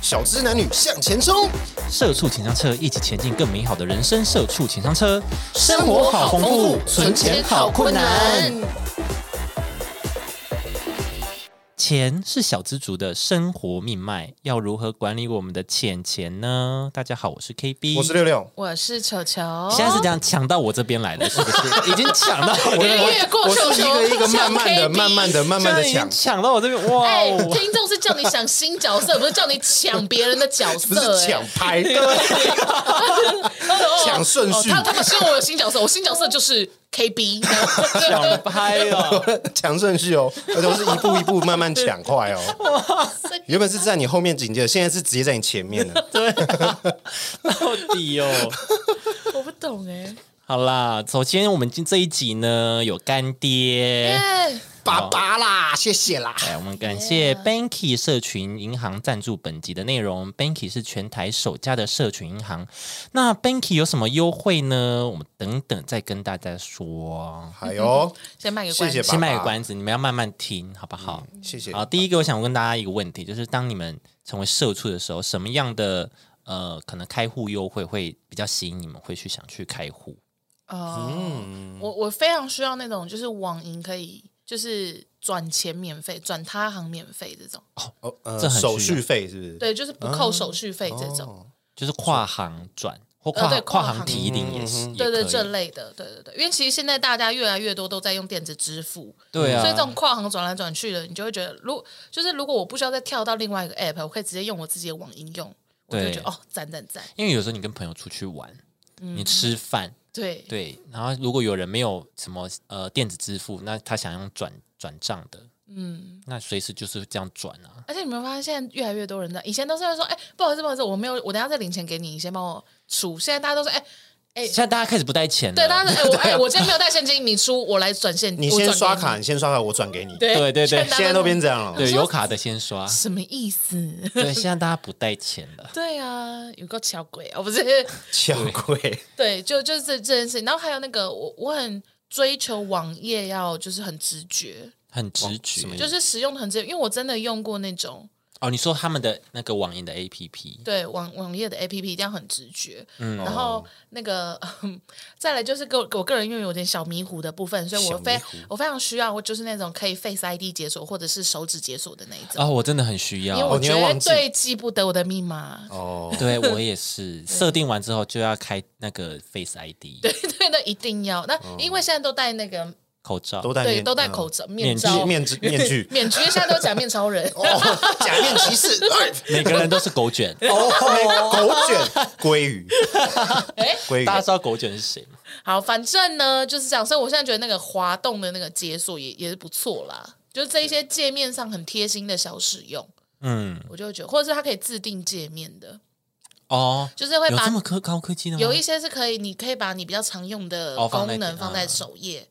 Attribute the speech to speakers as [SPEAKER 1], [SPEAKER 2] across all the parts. [SPEAKER 1] 小资男女向前冲，
[SPEAKER 2] 社畜情商车，一起前进更美好的人生。社畜情商车，
[SPEAKER 1] 生活好丰富，存钱好困难。
[SPEAKER 2] 钱是小资族的生活命脉，要如何管理我们的钱钱呢？大家好，我是 KB，
[SPEAKER 1] 我是六六，
[SPEAKER 3] 我是球球，
[SPEAKER 2] 现在是这样抢到我这边来了，是 不是？已经抢到我这边，
[SPEAKER 3] 越过
[SPEAKER 1] 我
[SPEAKER 3] 球
[SPEAKER 1] 是
[SPEAKER 3] 球，
[SPEAKER 1] 一个一个慢慢的、
[SPEAKER 3] 像 KB
[SPEAKER 1] 慢慢的、慢慢的
[SPEAKER 2] 已
[SPEAKER 1] 抢
[SPEAKER 2] 经，抢到我这边，哇！
[SPEAKER 3] 哎，
[SPEAKER 1] 哦
[SPEAKER 2] 我
[SPEAKER 3] 听众是叫你想新角色，不是叫你抢别人的角
[SPEAKER 1] 不
[SPEAKER 3] 色，
[SPEAKER 1] 是
[SPEAKER 3] 哎
[SPEAKER 1] 抢拍，
[SPEAKER 3] 哦
[SPEAKER 1] 抢顺序
[SPEAKER 3] 哦他他们希望我有新角色，我新角色就是 KB，
[SPEAKER 2] 抢拍了，
[SPEAKER 1] 抢顺序哦，而且我是一步一步慢慢抢快哦。原本是在你后面紧接着，现在是直接在你前面了。
[SPEAKER 2] 对啊，到底哦。
[SPEAKER 3] 我不懂哎，
[SPEAKER 2] 好啦，首先我们今这一集呢有干爹，
[SPEAKER 3] 哎，
[SPEAKER 1] 爸爸啦，谢谢啦。
[SPEAKER 2] 哎，我们感谢
[SPEAKER 3] 啊
[SPEAKER 2] Banky 社群银行赞助本集的内容。Banky 是全台首家的社群银行，那 Banky 有什么优惠呢？我们等等再跟大家说。
[SPEAKER 1] 哎呦，
[SPEAKER 3] 先卖个关
[SPEAKER 1] 谢谢，
[SPEAKER 3] 子
[SPEAKER 1] 爸嗯
[SPEAKER 2] 先卖个关子，你们要慢慢听，好不好？
[SPEAKER 1] 谢谢。
[SPEAKER 2] 好，第一个我想问大家一个问题，就是当你们成为社畜的时候，什么样的呃，可能开户优惠会比较吸引你们，会去想去开户？
[SPEAKER 3] 哦，
[SPEAKER 1] 嗯
[SPEAKER 3] 我我非常需要那种就是网银可以就是转钱免费，转他行免费这种，
[SPEAKER 1] 哦，呃
[SPEAKER 2] 这很需要
[SPEAKER 1] 手续费是不是？
[SPEAKER 3] 对，就是不扣手续费这种。
[SPEAKER 1] 嗯
[SPEAKER 2] 就是跨行转或
[SPEAKER 3] 呃
[SPEAKER 2] 跨、
[SPEAKER 3] 对
[SPEAKER 2] 跨
[SPEAKER 3] 跨
[SPEAKER 2] 行
[SPEAKER 3] 行嗯
[SPEAKER 2] 提领也是，也
[SPEAKER 3] 对对，
[SPEAKER 2] 可以
[SPEAKER 3] 这类的，对对对，因为其实现在大家越来越多都在用电子支付，
[SPEAKER 2] 对啊，
[SPEAKER 3] 所以这种跨行转来转去的，你就会觉得，如就是如果我不需要再跳到另外一个 app，我可以直接用我自己的网应用，我就
[SPEAKER 2] 对
[SPEAKER 3] 觉得哦，赞赞赞，
[SPEAKER 2] 因为有时候你跟朋友出去玩，你吃饭，
[SPEAKER 3] 对
[SPEAKER 2] 对，然后如果有人没有什么呃电子支付，那他想用转转账的，嗯，那随时就是这样转啊。
[SPEAKER 3] 而且你们发现现在越来越多人在，以前都是会说，哎，不好意思，不好意思，我没有，我等一下再领钱给你，你先帮我 出。现在大家都说，哎，
[SPEAKER 2] 现在大家开始不带钱了，
[SPEAKER 3] 对，大家说，哎，我哎，我今天没有带现金，你出，我来转现，
[SPEAKER 1] 你
[SPEAKER 3] 我
[SPEAKER 1] 先
[SPEAKER 3] 转给
[SPEAKER 1] 刷卡，你先刷卡，我转给你。
[SPEAKER 3] 对
[SPEAKER 2] 对对对
[SPEAKER 3] 现在大家
[SPEAKER 1] 现在都变这样了。
[SPEAKER 2] 对有卡的先刷。
[SPEAKER 3] 什么意思？
[SPEAKER 2] 对，现在大家不带钱了，
[SPEAKER 3] 对啊，有个小鬼哦，不是。
[SPEAKER 1] 抢贵，
[SPEAKER 3] 对，就就是这这件事情。然后还有那个，我我很追求网页要就是很直觉，
[SPEAKER 2] 很直觉
[SPEAKER 1] 什么。意思
[SPEAKER 3] 就是使用的很直觉，因为我真的用过那种
[SPEAKER 2] 哦，你说他们的那个网银的 APP，
[SPEAKER 3] 对网网页的 APP 一定要很直觉。
[SPEAKER 1] 嗯哦
[SPEAKER 3] 然后那个嗯再来就是个我个人因为有点小迷糊的部分，所以我
[SPEAKER 1] 小迷
[SPEAKER 3] 非
[SPEAKER 1] 糊
[SPEAKER 3] 我非常需要，我就是那种可以 Face ID 解锁或者是手指解锁的那一种。
[SPEAKER 2] 哦，我真的很需
[SPEAKER 3] 因为
[SPEAKER 2] 要
[SPEAKER 3] 我
[SPEAKER 1] 哦。你会
[SPEAKER 3] 绝
[SPEAKER 1] 忘记
[SPEAKER 3] 对记不得我的密码，
[SPEAKER 1] 哦，
[SPEAKER 2] 对我也是，设定完之后就要开那个 Face ID
[SPEAKER 3] 对对的，那一定要。那因为现在都戴那个，
[SPEAKER 2] 口罩，
[SPEAKER 1] 哦都戴
[SPEAKER 3] 对，
[SPEAKER 1] 面
[SPEAKER 3] 都戴
[SPEAKER 1] 嗯
[SPEAKER 3] 口罩、
[SPEAKER 2] 面
[SPEAKER 3] 面
[SPEAKER 2] 具
[SPEAKER 3] 罩、，
[SPEAKER 1] 面具面具
[SPEAKER 3] 面哦具，因为现在都假面超人。
[SPEAKER 1] 哦，假面骑 士，哎
[SPEAKER 2] 每个人都是狗卷。
[SPEAKER 1] 哦，狗卷 鲑鱼，
[SPEAKER 3] 哎
[SPEAKER 1] 鲑
[SPEAKER 2] 大家
[SPEAKER 1] 鱼
[SPEAKER 2] 知道狗卷是谁吗？
[SPEAKER 3] 好，反正呢就是这样，所以我现在觉得那个滑动的那个解锁也也是不错啦，就是这一些界面上很贴心的小使用，
[SPEAKER 2] 嗯，
[SPEAKER 3] 我就会觉得，或者是它可以制定界面的，
[SPEAKER 2] 哦，
[SPEAKER 3] 就是会
[SPEAKER 2] 有
[SPEAKER 3] 把
[SPEAKER 2] 这么科高科技的吗？
[SPEAKER 3] 有一些是可以，你可以把你比较常用的
[SPEAKER 2] 哦放在
[SPEAKER 3] 功能
[SPEAKER 2] 嗯
[SPEAKER 3] 放在首页，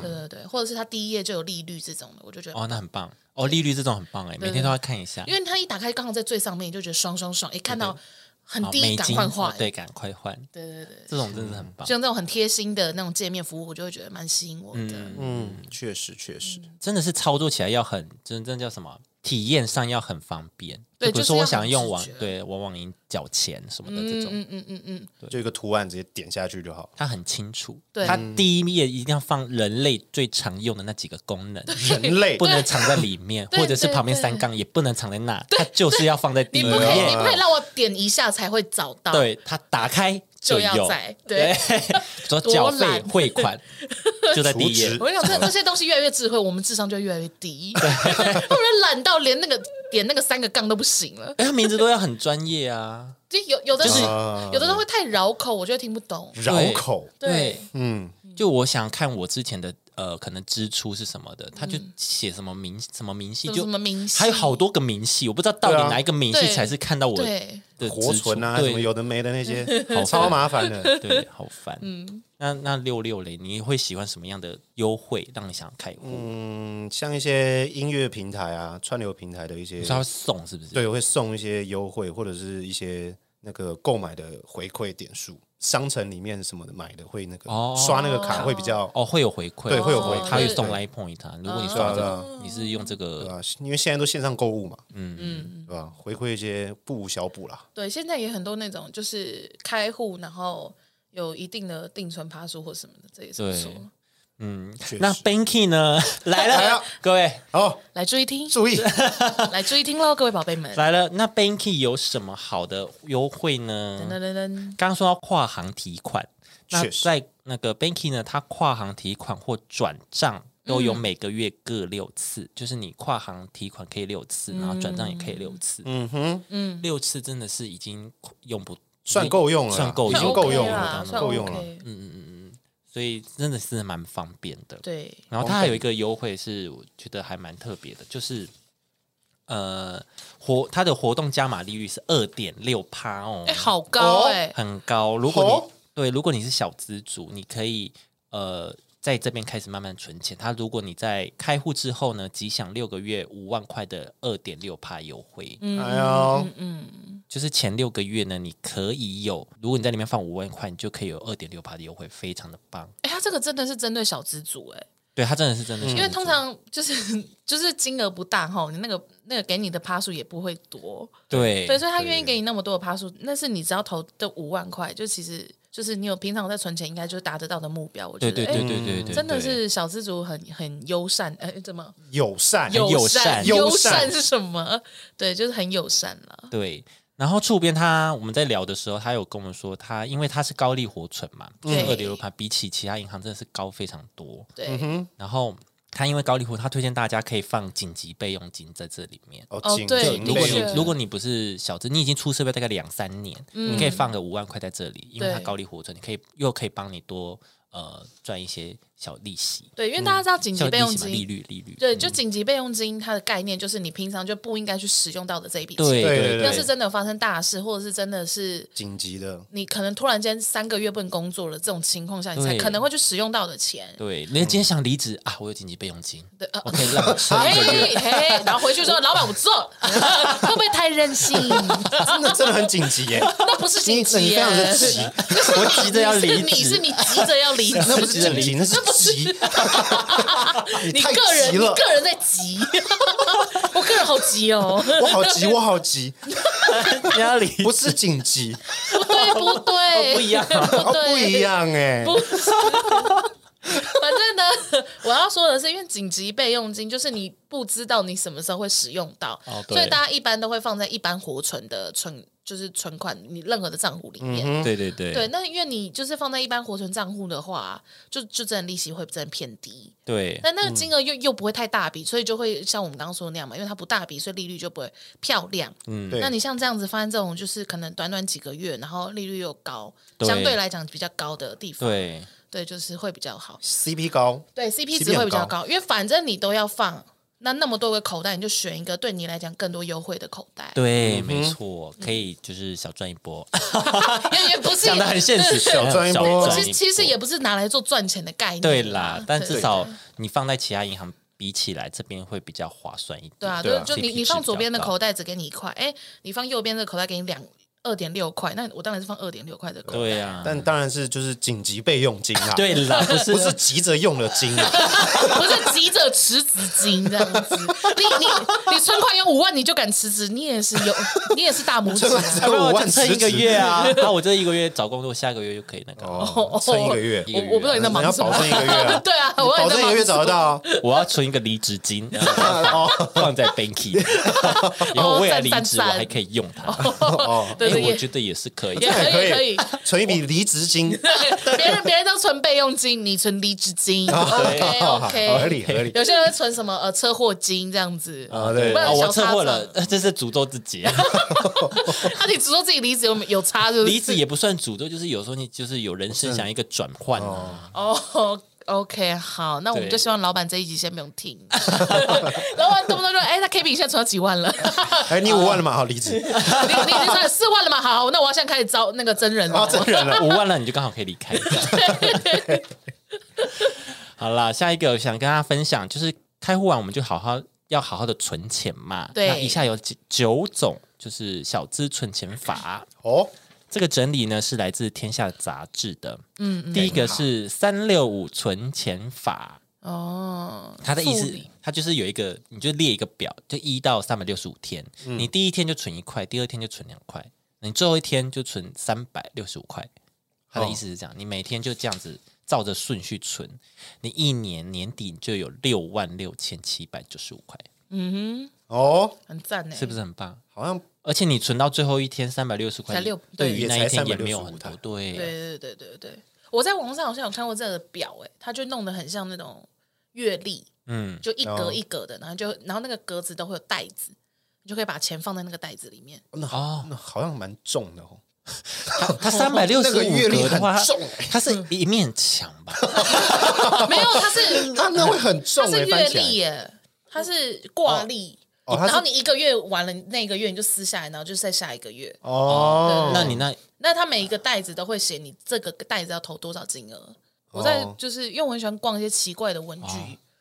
[SPEAKER 3] 对对对，或者是它第一页就有利率这种的，我就觉得，
[SPEAKER 2] 哦，那很棒哦，利率这种很棒哎，每天都要看一下，
[SPEAKER 3] 因为它一打开刚好在最上面，你就觉得爽爽爽，一看到很
[SPEAKER 2] 哦
[SPEAKER 3] 低
[SPEAKER 2] 美
[SPEAKER 3] 赶
[SPEAKER 2] 金
[SPEAKER 3] 快换，
[SPEAKER 2] 对，赶快换，
[SPEAKER 3] 对对对，
[SPEAKER 2] 这种真的是很棒，
[SPEAKER 3] 像这种很贴心的那种界面服务，我就会觉得蛮吸引我的，
[SPEAKER 1] 嗯，确实确实，
[SPEAKER 2] 真的是操作起来要很，真正叫什么？体验上要很方便，
[SPEAKER 3] 对
[SPEAKER 2] 比如
[SPEAKER 3] 就是
[SPEAKER 2] 说我
[SPEAKER 3] 要
[SPEAKER 2] 想
[SPEAKER 3] 很
[SPEAKER 2] 用
[SPEAKER 3] 直
[SPEAKER 2] 网
[SPEAKER 3] 觉，
[SPEAKER 2] 对我网银缴钱什么的这种，
[SPEAKER 3] 嗯嗯嗯嗯。
[SPEAKER 1] 就一个图案直接点下去就好。
[SPEAKER 2] 它很清楚。
[SPEAKER 3] 对
[SPEAKER 2] 它第一页一定要放人类最常用的那几个功能，
[SPEAKER 1] 人类
[SPEAKER 2] 不能藏在里面，
[SPEAKER 3] 对
[SPEAKER 2] 或者是
[SPEAKER 3] 对
[SPEAKER 2] 旁边三
[SPEAKER 3] 对
[SPEAKER 2] 杠也不能藏在那，它就是要放在第一
[SPEAKER 3] 你不可以，
[SPEAKER 2] 页
[SPEAKER 3] 你。不可以让我点一下才会找到，，
[SPEAKER 2] 啊对，它打开
[SPEAKER 3] 就要
[SPEAKER 2] 有。
[SPEAKER 3] 在对。
[SPEAKER 2] 说缴
[SPEAKER 3] 多
[SPEAKER 2] 费
[SPEAKER 3] 懒
[SPEAKER 2] 汇 款就在第一页
[SPEAKER 1] 储值
[SPEAKER 3] 我跟你讲，这这些东西越来越智慧，我们智商就越来越低， 我们懒到连那个点那个三个杠都不行了。
[SPEAKER 2] 哎，他名字都要很专业啊。
[SPEAKER 3] 就有有的
[SPEAKER 2] 就是是
[SPEAKER 1] 啊
[SPEAKER 3] 有的时候会太绕口，我就会听不懂。
[SPEAKER 1] 呃绕口，
[SPEAKER 3] 对，
[SPEAKER 1] 嗯，
[SPEAKER 2] 就我想看我之前的呃，可能支出是什么的，他就写什么明什么明细，
[SPEAKER 3] 嗯什么
[SPEAKER 2] 就
[SPEAKER 3] 什么明细
[SPEAKER 2] 还有好多个明细，我不知道到
[SPEAKER 1] 对
[SPEAKER 2] 底
[SPEAKER 1] 啊
[SPEAKER 2] 哪一个明细
[SPEAKER 3] 对
[SPEAKER 2] 才是看到我
[SPEAKER 3] 对
[SPEAKER 2] 的
[SPEAKER 1] 活
[SPEAKER 2] 支出
[SPEAKER 1] 存啊，什
[SPEAKER 2] 对
[SPEAKER 1] 么有的没的那 些，
[SPEAKER 2] 好
[SPEAKER 1] 超
[SPEAKER 2] 烦
[SPEAKER 1] 麻烦的。
[SPEAKER 2] 对，好烦。嗯，那那六六嘞，你会喜欢什么样的优惠让你想开户？
[SPEAKER 1] 嗯，像一些音乐平台啊、串流平台的一些
[SPEAKER 2] 你，说他会送是不是？
[SPEAKER 1] 对，会送一些优惠或者是一些那个购买的回馈点数，商城里面什么的买的会那个
[SPEAKER 2] 哦
[SPEAKER 1] 刷那个卡会比较
[SPEAKER 2] 哦，会有回馈，
[SPEAKER 1] 对会有回
[SPEAKER 2] 他会
[SPEAKER 1] 馈
[SPEAKER 2] 送
[SPEAKER 1] 对
[SPEAKER 2] Line Point 啊。如果你
[SPEAKER 1] 对
[SPEAKER 2] 刷
[SPEAKER 1] 啊
[SPEAKER 2] 这
[SPEAKER 1] 对
[SPEAKER 2] 个，
[SPEAKER 1] 啊
[SPEAKER 2] 你是用这个
[SPEAKER 1] 对吧？呃因为现在都线上购物嘛，
[SPEAKER 3] 嗯，
[SPEAKER 1] 对吧？回馈一些不无小补啦。
[SPEAKER 3] 对，现在也很多那种就是开户，然后有一定的定存趴数或什么的，这也是不
[SPEAKER 2] 对
[SPEAKER 3] 错。
[SPEAKER 2] 嗯
[SPEAKER 1] 确，
[SPEAKER 2] 那
[SPEAKER 1] 实
[SPEAKER 2] Banky 呢来了，
[SPEAKER 1] 来了
[SPEAKER 2] 各位
[SPEAKER 1] 好，
[SPEAKER 3] 来注意听，
[SPEAKER 1] 注意
[SPEAKER 3] 来注意听喽，各位宝贝们。
[SPEAKER 2] 来了。那 Banky 有什么好的优惠呢
[SPEAKER 3] 噔？噔噔噔，
[SPEAKER 2] 刚刚说到跨行提款，那
[SPEAKER 1] 确实
[SPEAKER 2] 在那个 Banky 呢，它跨行提款或转账都有每个月各六次，就是你跨行提款可以六次，然后转账也可以六次，
[SPEAKER 1] 嗯哼，
[SPEAKER 3] 嗯，
[SPEAKER 2] 六次真的是已经用不
[SPEAKER 1] 算够用了啦，
[SPEAKER 2] 算够
[SPEAKER 1] 哦已
[SPEAKER 2] 用
[SPEAKER 1] 经
[SPEAKER 3] 算
[SPEAKER 1] 够
[SPEAKER 3] OK
[SPEAKER 1] 用
[SPEAKER 3] 啦
[SPEAKER 1] 了，
[SPEAKER 3] 算
[SPEAKER 1] 够用
[SPEAKER 3] OK
[SPEAKER 1] 了。
[SPEAKER 2] 所以真的是蛮方便的。
[SPEAKER 3] 哦对，
[SPEAKER 2] 然后它还有一个优惠是，我觉得还蛮特别的，就是呃活它的活动加码利率是二点六趴哦，
[SPEAKER 3] 哎，好高
[SPEAKER 1] 哦
[SPEAKER 3] 哎，
[SPEAKER 2] 很高。如果你、
[SPEAKER 1] 哦
[SPEAKER 2] 对，如果你是小资族，你可以呃在这边开始慢慢存钱。它如果你在开户之后呢，即享六个月五万块的二点六趴优惠，
[SPEAKER 3] 嗯
[SPEAKER 1] 哎呦，
[SPEAKER 2] 就是前六个月呢，你可以有，如果你在里面放五万块，你就可以有二点六趴的优惠，非常的棒。
[SPEAKER 3] 哎，它这个真的是针对小资族哎，
[SPEAKER 2] 对，它真的是真的是小资族，
[SPEAKER 3] 因为通常就是就是金额不大哈，你那个那个给你的趴数也不会多，
[SPEAKER 2] 对
[SPEAKER 3] 对，所以他愿意给你那么多的趴数，那是你只要投这五万块，就其实就是你有平常在存钱，应该就是达得到的目标。我觉
[SPEAKER 2] 对
[SPEAKER 3] 得，
[SPEAKER 2] 对对
[SPEAKER 3] 哎
[SPEAKER 2] 对对对对，
[SPEAKER 3] 真的是小资族很很友善，哎，怎么
[SPEAKER 1] 友善，
[SPEAKER 2] 友
[SPEAKER 3] 善？
[SPEAKER 2] 善
[SPEAKER 3] 友
[SPEAKER 1] 友善
[SPEAKER 3] 是什么？对，就是很友善了。
[SPEAKER 2] 对。然后触边他我们在聊的时候，他有跟我们说他，因为他是高利活存嘛，就是
[SPEAKER 3] 对
[SPEAKER 2] 二点六趴，比起其他银行真的是高非常多。
[SPEAKER 3] 对，
[SPEAKER 2] 然后他因为高利活，他推荐大家可以放紧急备用金在这里面。
[SPEAKER 1] 哦
[SPEAKER 3] 哦
[SPEAKER 1] 紧
[SPEAKER 3] 对
[SPEAKER 1] 紧
[SPEAKER 2] 如果
[SPEAKER 1] 备
[SPEAKER 2] 你
[SPEAKER 3] 的确
[SPEAKER 2] 如果你不是小资，你已经出社会大概两三年，你可以放个五万块在这里，因为
[SPEAKER 3] 嗯对
[SPEAKER 2] 它高利活存，你可以又可以帮你多呃赚一些小利息，
[SPEAKER 3] 对，因为大家知道紧
[SPEAKER 2] 小
[SPEAKER 3] 急备
[SPEAKER 2] 利
[SPEAKER 3] 用
[SPEAKER 2] 息嘛，嗯利
[SPEAKER 3] 金，
[SPEAKER 2] 率利率。
[SPEAKER 3] 对，就紧急备用金，它的概念就是你平常就不应该去使用到的这一笔钱。
[SPEAKER 2] 对
[SPEAKER 1] 对
[SPEAKER 2] 对
[SPEAKER 1] 对
[SPEAKER 3] 要是真的有发生大事，或者是真的是
[SPEAKER 1] 紧急的，
[SPEAKER 3] 你可能突然间三个月不能工作了，这种情况下，你才
[SPEAKER 2] 对
[SPEAKER 3] 可能会去使用到的钱。
[SPEAKER 2] 对，你今天想离职啊，我有紧急备用金，
[SPEAKER 3] 对，呃
[SPEAKER 2] 我可以让 我撑一个月。
[SPEAKER 3] 嘿嘿，然后回去说老板我不做了，会不会太任性？
[SPEAKER 1] 真的真的很紧急 耶，
[SPEAKER 3] 那不是
[SPEAKER 1] 你
[SPEAKER 3] 紧
[SPEAKER 1] 你
[SPEAKER 3] 急
[SPEAKER 1] 非
[SPEAKER 3] 耶，
[SPEAKER 1] 常的急，
[SPEAKER 2] 我急着要
[SPEAKER 3] 是
[SPEAKER 2] 离
[SPEAKER 3] 你是
[SPEAKER 2] 职，
[SPEAKER 3] 你急着要离职，
[SPEAKER 1] 那不是紧急，那是 急，
[SPEAKER 3] 你
[SPEAKER 1] 太
[SPEAKER 3] 个
[SPEAKER 1] 急
[SPEAKER 3] 人你
[SPEAKER 1] 了
[SPEAKER 3] 个人在急， 我个人好急哦，
[SPEAKER 1] 我好急，我好 急，
[SPEAKER 2] 你要离职
[SPEAKER 1] 不是紧急，
[SPEAKER 3] 不对不对，
[SPEAKER 2] 不一 样啊
[SPEAKER 1] 哦
[SPEAKER 3] 不对
[SPEAKER 1] 不一。样哎，
[SPEAKER 3] 不是， 反正呢，我要说的是，因为紧急备用金就是你不知道你什么时候会使用到，
[SPEAKER 2] 哦对
[SPEAKER 3] 所以大家一般都会放在一般活存的存，就是存款你任何的账户里面。
[SPEAKER 2] 对对对
[SPEAKER 3] 对，那因为你就是放在一般活存账户的话，就就真的利息会真的偏低，
[SPEAKER 2] 对
[SPEAKER 3] 但那个金额又、又不会太大笔，所以就会像我们刚刚说的那样嘛，因为它不大笔，所以利率就不会漂亮。
[SPEAKER 2] 嗯
[SPEAKER 1] 对
[SPEAKER 3] 那你像这样子发现这种，就是可能短短几个月，然后利率又高，
[SPEAKER 2] 对
[SPEAKER 3] 相对来讲比较高的地方，
[SPEAKER 2] 对
[SPEAKER 3] 对就是会比较好。
[SPEAKER 1] CP 高，
[SPEAKER 3] 对 CP 值
[SPEAKER 1] CP
[SPEAKER 3] 会比较
[SPEAKER 1] 很
[SPEAKER 3] 高，因为反正你都要放，那那么多个口袋，你就选一个对你来讲更多优惠的口袋。
[SPEAKER 2] 对，没错，可以就是小赚一波，
[SPEAKER 3] 啊因为也不是
[SPEAKER 2] 讲的很现实，小
[SPEAKER 1] 赚一波
[SPEAKER 2] 小赚
[SPEAKER 3] 其实其实也不是拿来做赚钱的概念。
[SPEAKER 2] 对啦，但至
[SPEAKER 3] 对
[SPEAKER 2] 少你放在其他银行比起来，这边会比较划算一点。
[SPEAKER 3] 对啊，
[SPEAKER 1] 对啊
[SPEAKER 3] 就就你
[SPEAKER 2] CP
[SPEAKER 3] 你放
[SPEAKER 2] 值
[SPEAKER 3] 左边的
[SPEAKER 2] 比较
[SPEAKER 3] 口袋只给你一块，哎，你放右边的口袋给你两二点六块，那我当然是放二点六块的口袋。
[SPEAKER 2] 对啊，
[SPEAKER 1] 但当然是就是紧急备用金啦，
[SPEAKER 2] 对 啦，不
[SPEAKER 1] 不
[SPEAKER 2] 是
[SPEAKER 1] 是急着用了金啊，
[SPEAKER 3] 不是急着辞职金这样子。你你你存款有五万，你就敢辞职，你也是有，你也是大拇指
[SPEAKER 1] 存款
[SPEAKER 3] 啊
[SPEAKER 1] 只。
[SPEAKER 2] 不
[SPEAKER 1] 有
[SPEAKER 2] 然
[SPEAKER 1] 五
[SPEAKER 2] 我
[SPEAKER 1] 万
[SPEAKER 2] 只撑一个
[SPEAKER 1] 辞职
[SPEAKER 2] 月啊， 那我这一个月找工作，下个月就可以那个。
[SPEAKER 1] 哦，撑一个月，
[SPEAKER 3] 我我不知道你在
[SPEAKER 1] 你
[SPEAKER 3] 忙
[SPEAKER 1] 要
[SPEAKER 3] 什么，
[SPEAKER 1] 保。证一个月啊
[SPEAKER 3] 对啊，我也
[SPEAKER 1] 保
[SPEAKER 3] 在
[SPEAKER 1] 证一
[SPEAKER 3] 忙
[SPEAKER 1] 个月找得到啊，
[SPEAKER 2] 我要存一个离职 金，然后
[SPEAKER 1] 哦，
[SPEAKER 2] 放在 Banky，以后未来离
[SPEAKER 3] 赞
[SPEAKER 2] 职
[SPEAKER 3] 赞
[SPEAKER 2] 我
[SPEAKER 3] 赞
[SPEAKER 2] 还可以用它。
[SPEAKER 3] 什么。哦
[SPEAKER 2] 哎
[SPEAKER 3] 对对，
[SPEAKER 2] 我
[SPEAKER 3] 也
[SPEAKER 2] 觉得也是可以。
[SPEAKER 3] 也
[SPEAKER 1] 很
[SPEAKER 3] 可以可
[SPEAKER 1] 可
[SPEAKER 3] 以
[SPEAKER 1] 以。存一笔离职金，
[SPEAKER 3] 对别人别人都存备用金，你存离职金。OK
[SPEAKER 2] 哦
[SPEAKER 1] 合
[SPEAKER 3] OK。
[SPEAKER 1] 理合理，
[SPEAKER 3] 有些人会存什么呃车祸金这样子
[SPEAKER 1] 啊对
[SPEAKER 3] 不
[SPEAKER 2] 啊，
[SPEAKER 3] 然
[SPEAKER 2] 我
[SPEAKER 3] 小
[SPEAKER 2] 车
[SPEAKER 3] 差
[SPEAKER 2] 祸
[SPEAKER 3] 错
[SPEAKER 2] 了。， 这是诅咒自己。
[SPEAKER 3] 啊，你只说自己离职有有差是不是？
[SPEAKER 2] 离职也不算诅咒，就是有时候你就是有人生想一个转换啊。
[SPEAKER 3] 哦。OK，好，那我们
[SPEAKER 2] 对
[SPEAKER 3] 就希望老板这一集先不用听。 老板动不动就哎，那 K B 现在存到几万了？
[SPEAKER 1] 哎，你五万了嘛，好离职，
[SPEAKER 3] 你你你存了四万了吗？好，那我要现在开始招那个真人
[SPEAKER 1] 啊，
[SPEAKER 2] 哦
[SPEAKER 1] 真
[SPEAKER 3] 了。
[SPEAKER 1] 人了，
[SPEAKER 2] 五万了，你就刚好可以离开。 好啦，下一个我想跟大家分享，就是开户完我们就好好要好好的存钱嘛。
[SPEAKER 3] 对
[SPEAKER 2] 那以下有九九种就是小资存钱法。
[SPEAKER 1] 哦，
[SPEAKER 2] 这个整理呢是来自《天下》杂志的。嗯，第一个是三六五存钱法，
[SPEAKER 3] 哦，
[SPEAKER 2] 它的意
[SPEAKER 3] 复
[SPEAKER 2] 思
[SPEAKER 3] 利，
[SPEAKER 2] 它就是有一个，你就列一个表，就一到三百六十五天，
[SPEAKER 1] 嗯
[SPEAKER 2] 你第一天就存一块，第二天就存两块，你最后一天就存三百六十五块。它的意思是这样，你每天就这样子照着顺序存，你一年年底就有六万六千七百九十五块，
[SPEAKER 1] 哦，
[SPEAKER 3] 很赞欸呢，
[SPEAKER 2] 是不是很棒？
[SPEAKER 1] 好像
[SPEAKER 2] 而且你存到最后一天三百六十块，
[SPEAKER 3] 才六
[SPEAKER 2] 对
[SPEAKER 3] 对
[SPEAKER 2] 于
[SPEAKER 1] 也
[SPEAKER 2] 那
[SPEAKER 1] 才
[SPEAKER 2] 一天也
[SPEAKER 1] 365
[SPEAKER 2] 没有很多
[SPEAKER 1] 台，
[SPEAKER 2] 对
[SPEAKER 3] 对对对对对，我在网上好像有看过这个表、欸，哎，它就弄得很像那种月历，
[SPEAKER 2] 嗯，
[SPEAKER 3] 就一格
[SPEAKER 1] 哦
[SPEAKER 3] 一格的，然后就然后那个格子都会有袋子，你就可以把钱放在那个袋子里面。
[SPEAKER 1] 那好
[SPEAKER 2] 哦，
[SPEAKER 1] 那好像蛮重的哦，
[SPEAKER 2] 它三百六十
[SPEAKER 1] 那个阅
[SPEAKER 2] 五
[SPEAKER 1] 历
[SPEAKER 2] 格
[SPEAKER 1] 很
[SPEAKER 2] 的话，它
[SPEAKER 1] 重欸，
[SPEAKER 2] 它是一面墙吧？
[SPEAKER 3] 没有，它 是
[SPEAKER 1] 它那会很
[SPEAKER 3] 它
[SPEAKER 1] 重
[SPEAKER 3] 是
[SPEAKER 1] 欸，
[SPEAKER 3] 月
[SPEAKER 1] 哦翻起来
[SPEAKER 3] 历，耶，它是挂历。
[SPEAKER 1] 哦哦它是
[SPEAKER 3] 然后你一个月完了，那一个月你就撕下来，然后就是在下一个月。
[SPEAKER 1] 哦，
[SPEAKER 2] 那你那
[SPEAKER 3] 那它每一个袋子都会写你这个袋子要投多少金额。我在
[SPEAKER 1] 哦
[SPEAKER 3] 就是因为我很喜欢逛一些奇怪的文具，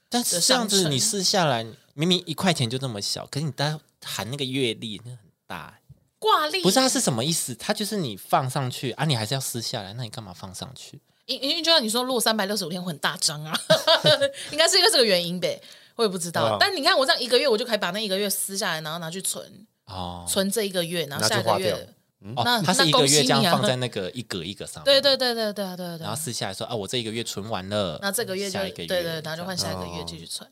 [SPEAKER 2] 但是
[SPEAKER 3] 的
[SPEAKER 2] 这样
[SPEAKER 3] 商
[SPEAKER 2] 子
[SPEAKER 3] 城
[SPEAKER 2] 你撕下来，明明一块钱就这么小，可是你单含那个阅历那很大欸，
[SPEAKER 3] 挂历
[SPEAKER 1] 啊
[SPEAKER 2] 不是它是什么意思？它就是你放上去啊，你还是要撕下来，那你干嘛放上去？
[SPEAKER 3] 因因为就像你说，如果三百六十五天会很大张啊， 应该是因为这个原因呗，我也不知道。
[SPEAKER 1] 对啊
[SPEAKER 3] 但你看我这样一个月，我就可以把那一个月撕下来，然后拿去存，
[SPEAKER 2] 哦
[SPEAKER 3] 存这一个月，然
[SPEAKER 1] 拿
[SPEAKER 3] 后
[SPEAKER 1] 去
[SPEAKER 3] 下一个
[SPEAKER 1] 花掉
[SPEAKER 3] 月，那
[SPEAKER 2] 哦，它
[SPEAKER 3] 那
[SPEAKER 2] 是一个
[SPEAKER 3] 恭喜
[SPEAKER 2] 月这样
[SPEAKER 3] 你啊
[SPEAKER 2] 放 在那个一格一格上面，
[SPEAKER 3] 对对对对对啊对啊对
[SPEAKER 2] 然后
[SPEAKER 3] 啊，
[SPEAKER 2] 撕下来说啊，我这一个月存完了，
[SPEAKER 3] 然后这个月就
[SPEAKER 2] 下一个
[SPEAKER 3] 对
[SPEAKER 2] 月
[SPEAKER 3] 对，然后就
[SPEAKER 2] 这样
[SPEAKER 3] 换下一个
[SPEAKER 1] 哦
[SPEAKER 3] 月继续存。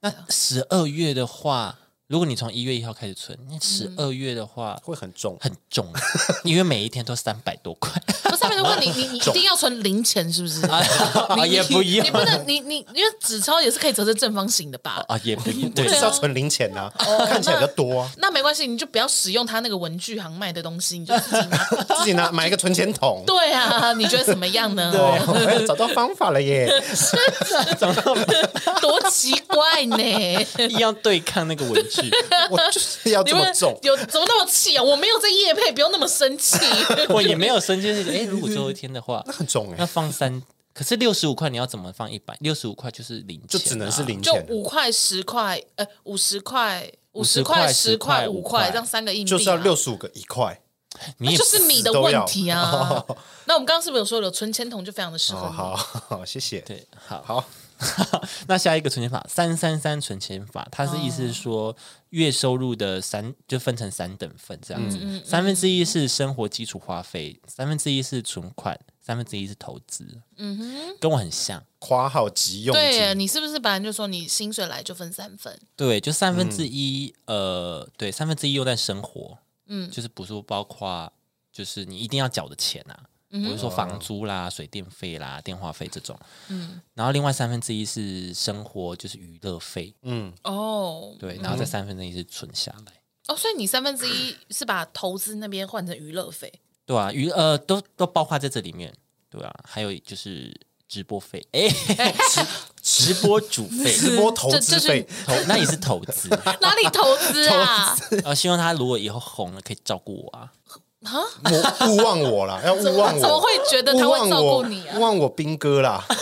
[SPEAKER 2] 那十二月的话，如果你从一月一号开始存，那十
[SPEAKER 3] 嗯
[SPEAKER 2] 二月的话
[SPEAKER 1] 会很重，
[SPEAKER 2] 很重，因为每一天都三百多块
[SPEAKER 3] 不是，他们问你，你你一定要存零钱是不是？
[SPEAKER 2] 啊，也不一
[SPEAKER 3] 你
[SPEAKER 2] 样
[SPEAKER 3] 不能，你你因为纸钞也是可以折成正方形的吧？
[SPEAKER 2] 啊，也不一样，
[SPEAKER 1] 我
[SPEAKER 2] 对
[SPEAKER 1] 就是要存零钱呐，看起来比较多啊，
[SPEAKER 3] 那没关系，你就不要使用他那个文具行卖的东西，你就自 己拿。
[SPEAKER 1] 自己拿买一个存钱筒，
[SPEAKER 3] 对啊，你觉得怎么样呢？
[SPEAKER 1] 哦，哎找到方法了 耶，
[SPEAKER 3] 多奇怪呢！
[SPEAKER 2] 一样对抗那个文具。
[SPEAKER 1] 我就是要
[SPEAKER 3] 你
[SPEAKER 1] 这么
[SPEAKER 3] 们
[SPEAKER 1] 重，
[SPEAKER 3] 有怎么那么气啊？我没有在夜配，不用那么生 气。
[SPEAKER 2] 我也没有生气，是哎，如果最后一天的话，
[SPEAKER 1] 那很重
[SPEAKER 2] 那
[SPEAKER 1] 哎，
[SPEAKER 2] 放三，可是六十五块你要怎么放一百？六十五块就是零钱啊，
[SPEAKER 1] 就只能是零
[SPEAKER 3] 就
[SPEAKER 1] 钱了，
[SPEAKER 3] 五块、十块，呃，五十块、五
[SPEAKER 2] 50
[SPEAKER 3] 十
[SPEAKER 2] 块
[SPEAKER 3] 块、十
[SPEAKER 2] 10块
[SPEAKER 3] 块、五块，
[SPEAKER 2] 5
[SPEAKER 3] 这样三个硬币、啊，
[SPEAKER 1] 就是要六十五个一块，
[SPEAKER 2] 你也
[SPEAKER 3] 就
[SPEAKER 2] 不
[SPEAKER 3] 是你的问题 啊。那我们刚刚是不是有说有存钱筒就非常的适合
[SPEAKER 1] 哦，
[SPEAKER 3] 你？
[SPEAKER 1] 好好，谢谢，
[SPEAKER 2] 对，好。
[SPEAKER 1] 好，
[SPEAKER 2] 那下一个存钱法三三三存钱法，它是意
[SPEAKER 1] 哦
[SPEAKER 2] 思是说月收入的三就分成三等份这样子，
[SPEAKER 1] 嗯
[SPEAKER 2] 三分之一是生活基础花费，三分之一是存款，三分之一是投资。嗯哼，跟我很像，
[SPEAKER 1] 花好急用
[SPEAKER 3] 对耶，
[SPEAKER 1] 金，
[SPEAKER 3] 你是不是本来就说你薪水来就分三份？
[SPEAKER 2] 对，就三分之一，呃，对，三分之一用在生活，嗯，就是不是包括就是你一定要缴的钱啊。比如说房租啦、水电费啦、电话费这种，嗯，然后另外三分之一是生活，就是娱乐费，
[SPEAKER 1] 嗯，
[SPEAKER 3] 哦，
[SPEAKER 2] 对，然后再三分之一是存下来，
[SPEAKER 3] 哦，所以你三分之一是把投资那边换成娱乐费。
[SPEAKER 2] 对啊，娱呃都都包括在这里面，对啊，还有就是直播费， 哎、直播主费，
[SPEAKER 1] 直播投资费
[SPEAKER 3] 这这，
[SPEAKER 2] 投那也是投资
[SPEAKER 3] 哪里投资啊？
[SPEAKER 2] 呃，希望他如果以后红了，可以照顾我啊，
[SPEAKER 1] 我勿忘我啦，要勿忘我，
[SPEAKER 3] 怎么会觉得他
[SPEAKER 1] 勿
[SPEAKER 3] 会
[SPEAKER 1] 忘
[SPEAKER 3] 照顾
[SPEAKER 1] 我，
[SPEAKER 3] 你啊
[SPEAKER 1] 勿？忘我兵哥啦，
[SPEAKER 3] 小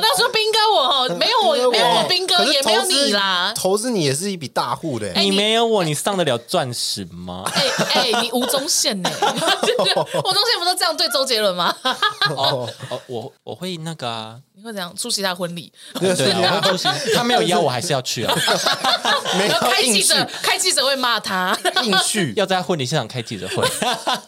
[SPEAKER 3] 到说兵哥我哦，没有我，没有我兵哥，
[SPEAKER 1] 可是
[SPEAKER 3] 也没有
[SPEAKER 1] 投资
[SPEAKER 3] 你啦。哎
[SPEAKER 1] 投资你也是一笔大户的欸，
[SPEAKER 2] 哎你
[SPEAKER 3] 你
[SPEAKER 2] 没有我，你上得了钻石吗？
[SPEAKER 3] 哎哎，你吴宗宪呢？就是吴宗宪不都这样对周杰伦吗？
[SPEAKER 2] 哦哦，我我会那个啊，
[SPEAKER 3] 你会怎样出席他婚礼？
[SPEAKER 2] 对啊，我会出席，他没有邀我还是要去 啊，
[SPEAKER 1] 没
[SPEAKER 3] 然后
[SPEAKER 1] 有
[SPEAKER 3] 开
[SPEAKER 1] 啊硬
[SPEAKER 3] 记
[SPEAKER 1] 续
[SPEAKER 3] 者，开记者会骂他。
[SPEAKER 1] 硬续，
[SPEAKER 2] 要在婚礼现场开记 者会，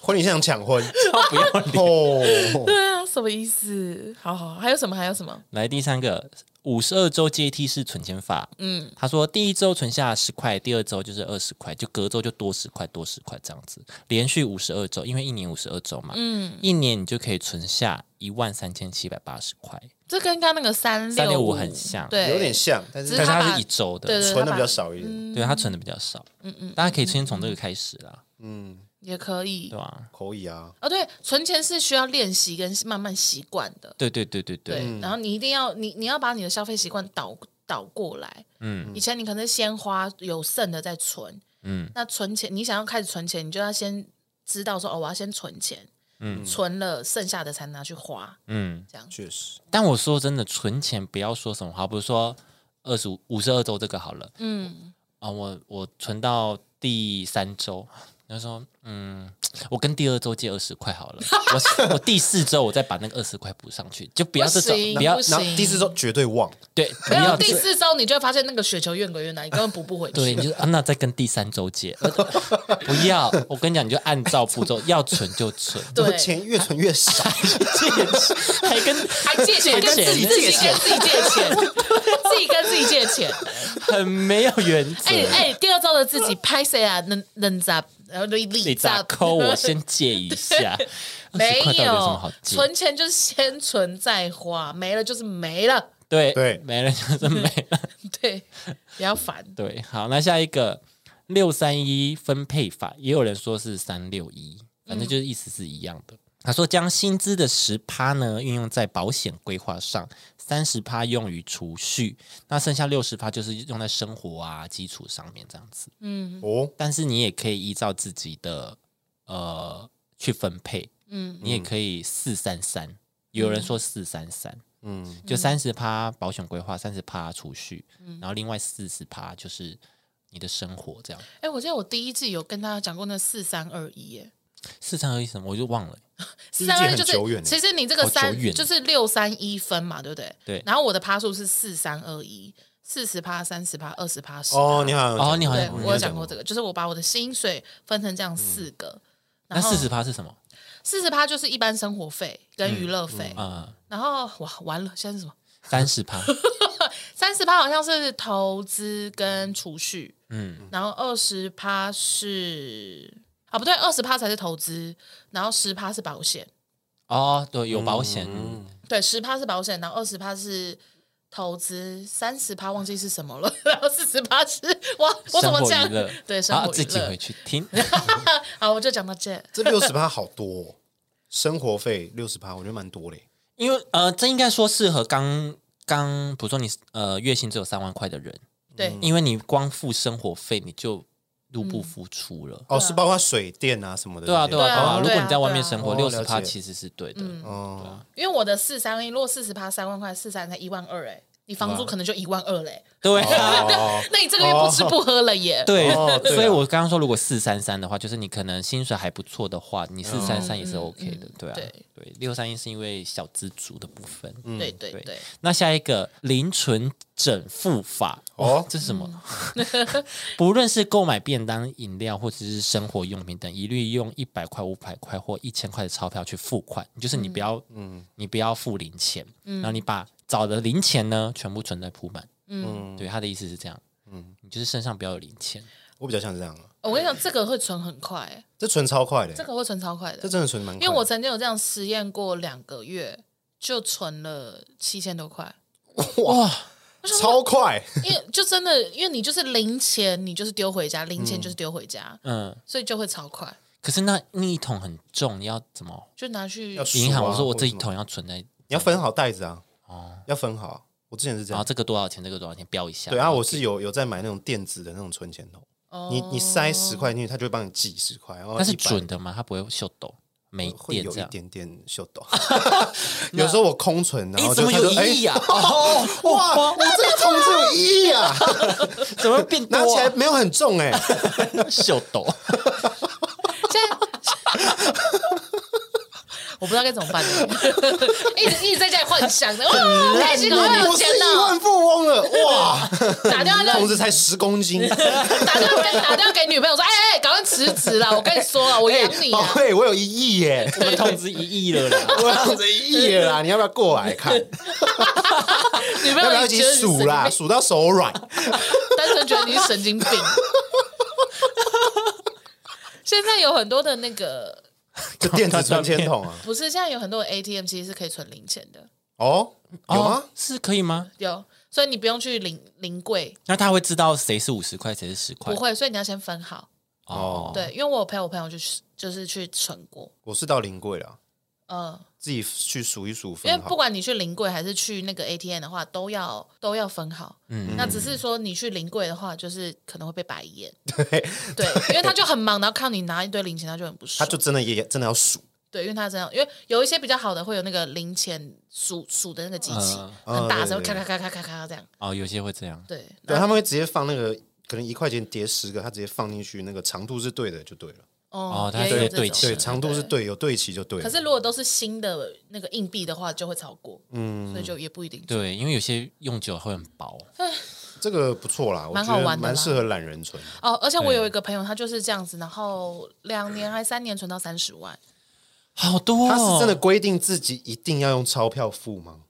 [SPEAKER 1] 婚礼现场抢 婚
[SPEAKER 2] 超哦 不要脸。
[SPEAKER 1] 哦，
[SPEAKER 3] 对啊，什么意思？好好，还有什么？还有什么？
[SPEAKER 2] 来第三个，五十二周阶梯式存钱法。嗯，他说第一周存下十块，第二周就是二十块，就隔周就多十块，多十块这样子，连续五十二周，因为一年五十二周嘛，嗯，一年你就可以存下一万三千七百八十块，
[SPEAKER 3] 这跟刚刚那个三
[SPEAKER 2] 三六
[SPEAKER 3] 五
[SPEAKER 2] 五很像
[SPEAKER 3] 对，
[SPEAKER 1] 有点像，但
[SPEAKER 3] 只
[SPEAKER 1] 是
[SPEAKER 2] 但是
[SPEAKER 3] 他把
[SPEAKER 2] 它是一周的，
[SPEAKER 3] 对对，
[SPEAKER 1] 存
[SPEAKER 3] 他
[SPEAKER 1] 的
[SPEAKER 3] 把
[SPEAKER 1] 比较少一点，
[SPEAKER 2] 对他存的比较少，嗯嗯，大家可以先从这个开始啦，
[SPEAKER 3] 也可以
[SPEAKER 2] 对。吧？
[SPEAKER 1] 嗯可以啊，
[SPEAKER 3] 哦，对，存钱是需要练习跟慢慢习惯的，
[SPEAKER 2] 对对对对
[SPEAKER 3] 对。
[SPEAKER 2] 对，
[SPEAKER 3] 然后你一定要，你你要把你的消费习惯倒倒过来。嗯，以前你可能先花有剩的再存，嗯，那存钱，你想要开始存钱，你就要先知道说，哦，我要先存钱，嗯，存了剩下的才拿去花，
[SPEAKER 2] 嗯。
[SPEAKER 3] 这样。
[SPEAKER 1] 确实，
[SPEAKER 2] 但我说真的，存钱不要说什么好，比如说二十五五十二周这个好了，嗯，啊、我我存到第三周，他说：“嗯，我跟第二周借二十块 好了，我我第四周我再把那个二十块补上去，就不要这种，
[SPEAKER 3] 行
[SPEAKER 2] 不要
[SPEAKER 3] 不
[SPEAKER 1] 然后第四周绝对忘，
[SPEAKER 2] 对，不
[SPEAKER 3] 没有
[SPEAKER 2] 要
[SPEAKER 3] 第四周，你就会发现那个雪球越滚越难，你根本补不回去。
[SPEAKER 2] 对，你就啊，那再跟第三周借， 呃不要，我跟你讲，你就按照步骤，要存就 存，
[SPEAKER 1] 我
[SPEAKER 3] 对，
[SPEAKER 1] 钱越存越 少，
[SPEAKER 2] 还跟
[SPEAKER 3] 还借钱，跟自己自己 跟自己借钱，自己跟自己借钱。
[SPEAKER 2] 很没有原则。
[SPEAKER 3] 哎哎，第二周的自己拍谁啊？能能咋？然后你
[SPEAKER 2] 你
[SPEAKER 3] 你
[SPEAKER 2] 咋抠？ 我先借一下，二
[SPEAKER 3] 没
[SPEAKER 2] 十块到底有什么
[SPEAKER 3] 有
[SPEAKER 2] 好借？
[SPEAKER 3] 存钱，就是先存再花，没了就是没了。
[SPEAKER 2] 对
[SPEAKER 1] 对
[SPEAKER 2] 没了就是没 了。
[SPEAKER 3] 对，比较烦。
[SPEAKER 2] 对，好，那下一个六三一分配法，也有人说是三六一，反正就是意思是一样的。他说将薪资的十趴呢运用在保险规划上，三十趴用于储蓄，那剩下六十趴就是用在生活啊基础上面这样子。
[SPEAKER 1] 哦，
[SPEAKER 2] 但是你也可以依照自己的呃去分配，嗯，你也可以四三三，有人说四三三，
[SPEAKER 1] 嗯，
[SPEAKER 2] 就三十趴保险规划，三十趴储蓄，
[SPEAKER 3] 嗯
[SPEAKER 2] 然后另外四十趴就是你的生活这样。
[SPEAKER 3] 哎，我记得我第一季有跟大家讲过那四三二一，耶，
[SPEAKER 2] 四三二一什么我就忘了，
[SPEAKER 3] 四三二一
[SPEAKER 1] 第
[SPEAKER 3] 就
[SPEAKER 1] 一季很久
[SPEAKER 3] 是
[SPEAKER 1] 远耶
[SPEAKER 3] 其实你这个
[SPEAKER 2] 欸好久
[SPEAKER 3] 三
[SPEAKER 2] 远
[SPEAKER 3] 就是六三一分嘛，对不对？
[SPEAKER 2] 对
[SPEAKER 3] 然后我的趴数是四三二一，四十趴、三十趴、二十趴、十。
[SPEAKER 1] 哦，你好，
[SPEAKER 2] 哦你好
[SPEAKER 3] 对
[SPEAKER 2] 像，
[SPEAKER 3] 我有讲过这个，就是我把我的薪水分成这样四个，
[SPEAKER 2] 嗯那
[SPEAKER 3] 然后
[SPEAKER 2] 四十趴是什么？
[SPEAKER 3] 四十趴就是一般生活费跟娱乐费，
[SPEAKER 2] 啊、
[SPEAKER 3] 然后哇完了，现在是什么？
[SPEAKER 2] 3三十 趴，
[SPEAKER 3] 三十趴好像是投资跟储蓄，嗯，然后二十趴是啊不对，二十趴才是投资，然后十趴是保险，
[SPEAKER 2] 哦，对，有保险，
[SPEAKER 1] 嗯
[SPEAKER 3] 对，十趴是保险，然后二十趴是。投资三十趴忘记是什么了，然后四十趴是哇，我怎
[SPEAKER 2] 生
[SPEAKER 3] 么
[SPEAKER 2] 活
[SPEAKER 3] 这样
[SPEAKER 2] 娱乐？，
[SPEAKER 3] 对，生
[SPEAKER 2] 好
[SPEAKER 3] 活娱
[SPEAKER 2] 自己
[SPEAKER 3] 乐
[SPEAKER 2] 回。去听。
[SPEAKER 3] 好，我就讲到这。
[SPEAKER 1] 这六十趴好多、哦，生活费六十趴，我觉得蛮多哦嘞。
[SPEAKER 2] 因为呃，这应该说适合刚刚，比如说你呃月薪只有三万块的人，
[SPEAKER 3] 对，
[SPEAKER 2] 因为你光付生活费你就入不
[SPEAKER 3] 嗯
[SPEAKER 2] 敷出了。
[SPEAKER 3] 啊
[SPEAKER 1] 哦，是包括水电啊什么的。
[SPEAKER 2] 对啊，对啊，
[SPEAKER 3] 对啊
[SPEAKER 2] 对啊！
[SPEAKER 1] 哦
[SPEAKER 2] 如
[SPEAKER 3] 对啊嗯
[SPEAKER 2] 果你在外面生
[SPEAKER 1] 对
[SPEAKER 2] 活，六
[SPEAKER 1] 啊
[SPEAKER 2] 十
[SPEAKER 1] 哦
[SPEAKER 2] 趴
[SPEAKER 1] 了解
[SPEAKER 2] 其实是对的。
[SPEAKER 1] 哦，
[SPEAKER 3] 因为我的四三一，如果四十趴三万块，四三才一万二哎，你房租可能就一万二嘞，
[SPEAKER 2] 对啊，
[SPEAKER 1] 哦，
[SPEAKER 3] 那你这个月不吃不喝了耶。
[SPEAKER 2] 对
[SPEAKER 1] 哦，对啊
[SPEAKER 2] 所以我刚刚说，如果四三三的话，就是你可能薪水还不错的话，你四三
[SPEAKER 1] 嗯
[SPEAKER 2] 三也是 OK 的，对啊
[SPEAKER 3] 嗯对。
[SPEAKER 2] 对，六三一是因为小资族的部分。
[SPEAKER 3] 对对对
[SPEAKER 2] 对那下一个零存整付法哦
[SPEAKER 1] 哦，
[SPEAKER 2] 这是什 么？不论是购买便当、饮料或者是生活用品等，一律用一百块、五百块或一千块的钞票去付款，就是你不要，嗯，你不要付零钱，然后你把找的零钱呢全部存在铺满，嗯，对，他的意思是这样，嗯，你就是身上不要有零钱，
[SPEAKER 1] 我比较像这样啊，
[SPEAKER 3] 我跟你讲，这个会存很快欸，
[SPEAKER 1] 这存超快的，
[SPEAKER 3] 这个会存超快
[SPEAKER 1] 这
[SPEAKER 3] 的，
[SPEAKER 1] 真的存蛮快
[SPEAKER 3] 因
[SPEAKER 1] 的。
[SPEAKER 3] 为我曾经有这样实验过两个月，就存了七千 多块，
[SPEAKER 2] 哇，
[SPEAKER 1] 超快，
[SPEAKER 3] 因为就真的，因为你就是零钱，你就是丢回家，零钱就是丢回家，
[SPEAKER 2] 嗯，
[SPEAKER 3] 所以就会超快，
[SPEAKER 2] 可是那那一桶很重，你要怎么？
[SPEAKER 3] 就拿去
[SPEAKER 1] 要数
[SPEAKER 2] 银行，
[SPEAKER 1] 啊
[SPEAKER 2] 我说我
[SPEAKER 1] 或者
[SPEAKER 2] 这一
[SPEAKER 1] 什么
[SPEAKER 2] 桶要存在，
[SPEAKER 1] 你要分好袋子啊，
[SPEAKER 2] 哦
[SPEAKER 1] 要分好。我之前是这
[SPEAKER 2] 然后
[SPEAKER 1] 样，
[SPEAKER 2] 这个多少钱，这个多少钱，标一下，
[SPEAKER 1] 对啊，我是有有在买那种电子的那种存钱筒，
[SPEAKER 3] 哦
[SPEAKER 1] 你你塞十块进去，它就会帮你记十块，然后
[SPEAKER 2] 那是
[SPEAKER 1] 100
[SPEAKER 2] 准的吗？它不会秀抖，没
[SPEAKER 1] 会
[SPEAKER 2] 电
[SPEAKER 1] 有
[SPEAKER 2] 这
[SPEAKER 1] 一
[SPEAKER 2] 样。
[SPEAKER 1] 点点秀 抖。有时候我空存，然
[SPEAKER 2] 哎，
[SPEAKER 1] 后
[SPEAKER 2] 怎
[SPEAKER 1] 就
[SPEAKER 2] 么
[SPEAKER 1] 它
[SPEAKER 2] 有
[SPEAKER 1] 就
[SPEAKER 2] 一亿
[SPEAKER 1] 哎，
[SPEAKER 2] 啊？ 哦，
[SPEAKER 1] 哇，我这个桶只有一亿啊，
[SPEAKER 2] 怎么变
[SPEAKER 1] 拿起
[SPEAKER 2] 多
[SPEAKER 1] 来
[SPEAKER 2] 啊？
[SPEAKER 1] 没有很重哎，
[SPEAKER 2] 秀抖，
[SPEAKER 3] 现 在我不知道该怎么 办呢，一直一直在家里幻想的，哇，开心，好有
[SPEAKER 1] 我
[SPEAKER 3] 钱
[SPEAKER 1] 是亿
[SPEAKER 3] 哦，
[SPEAKER 1] 万富翁了， 哇，
[SPEAKER 3] 打电话就
[SPEAKER 1] 桶子才十公斤，
[SPEAKER 3] 打电话给打电话给女朋友说，哎哎，赶快辞职啦！我跟你说啊，我养你
[SPEAKER 1] 哎宝
[SPEAKER 3] 啊！
[SPEAKER 1] 贝，我有一亿耶，
[SPEAKER 2] 我们通知一亿了啦。
[SPEAKER 1] 我养着一亿了啦，你要不要过来看？
[SPEAKER 3] 女朋
[SPEAKER 1] 要
[SPEAKER 3] 友
[SPEAKER 1] 不要一起数啦？数到手软，
[SPEAKER 3] 单纯觉得你是神经病。现在有很多的那个，
[SPEAKER 1] 就电子存钱筒啊。
[SPEAKER 3] 不是现在有很多的 ATM 其实是可以存零钱的，
[SPEAKER 1] 哦， 有吗
[SPEAKER 2] 哦？，是可以吗？
[SPEAKER 3] 有，所以你不用去零零柜，
[SPEAKER 2] 那他会知道谁是五十块，谁是十块
[SPEAKER 3] 不？会，所以你要先分好。
[SPEAKER 2] 哦，
[SPEAKER 3] 对，因为我有陪我朋友就是就是去存过，
[SPEAKER 1] 我是到临柜了，
[SPEAKER 3] 嗯，
[SPEAKER 1] 自己去数一数
[SPEAKER 3] 因为
[SPEAKER 1] 分
[SPEAKER 3] 不
[SPEAKER 1] 好。
[SPEAKER 3] 管你去临柜还是去那个 ATM 的话，都要都要分好。嗯，那只是说你去临柜的话，就是可能会被白眼。对，因为他就很忙，然后看你拿一堆零钱，他就很不
[SPEAKER 1] 他
[SPEAKER 3] 爽。
[SPEAKER 1] 就真的也真的要数，
[SPEAKER 3] 对，因为他这样，因为有一些比较好的会有那个零钱数数的那个机器，
[SPEAKER 1] 嗯
[SPEAKER 3] 很大声，
[SPEAKER 1] 对
[SPEAKER 3] 咔
[SPEAKER 1] 对
[SPEAKER 3] 咔咔咔咔咔这样。
[SPEAKER 2] 哦，有些会这样。
[SPEAKER 3] 对，
[SPEAKER 1] 对，
[SPEAKER 3] 然后
[SPEAKER 1] 他们会直接放那个可能一块钱叠十个，它直接放进去，那个长度是对的就对了。
[SPEAKER 2] 哦它
[SPEAKER 3] 也
[SPEAKER 2] 是
[SPEAKER 3] 有这
[SPEAKER 2] 对
[SPEAKER 3] 种
[SPEAKER 2] 齐
[SPEAKER 1] 对，长度是对，有对齐就对了。
[SPEAKER 3] 可是如果都是新的那个硬币的话，就会超过，嗯，所以就也不一定。
[SPEAKER 2] 对，因为有些用久了会很 薄。
[SPEAKER 1] 这个不错啦，我
[SPEAKER 3] 蛮
[SPEAKER 1] 觉
[SPEAKER 3] 好
[SPEAKER 1] 得
[SPEAKER 3] 玩的啦
[SPEAKER 1] 蛮适合懒人存。
[SPEAKER 3] 哦，而且我
[SPEAKER 2] 对
[SPEAKER 3] 有一个朋友，他就是这样子，然后两年还三年存到三十万。
[SPEAKER 2] 好多、哦，
[SPEAKER 1] 他是真的规定自己一定要用钞票付吗？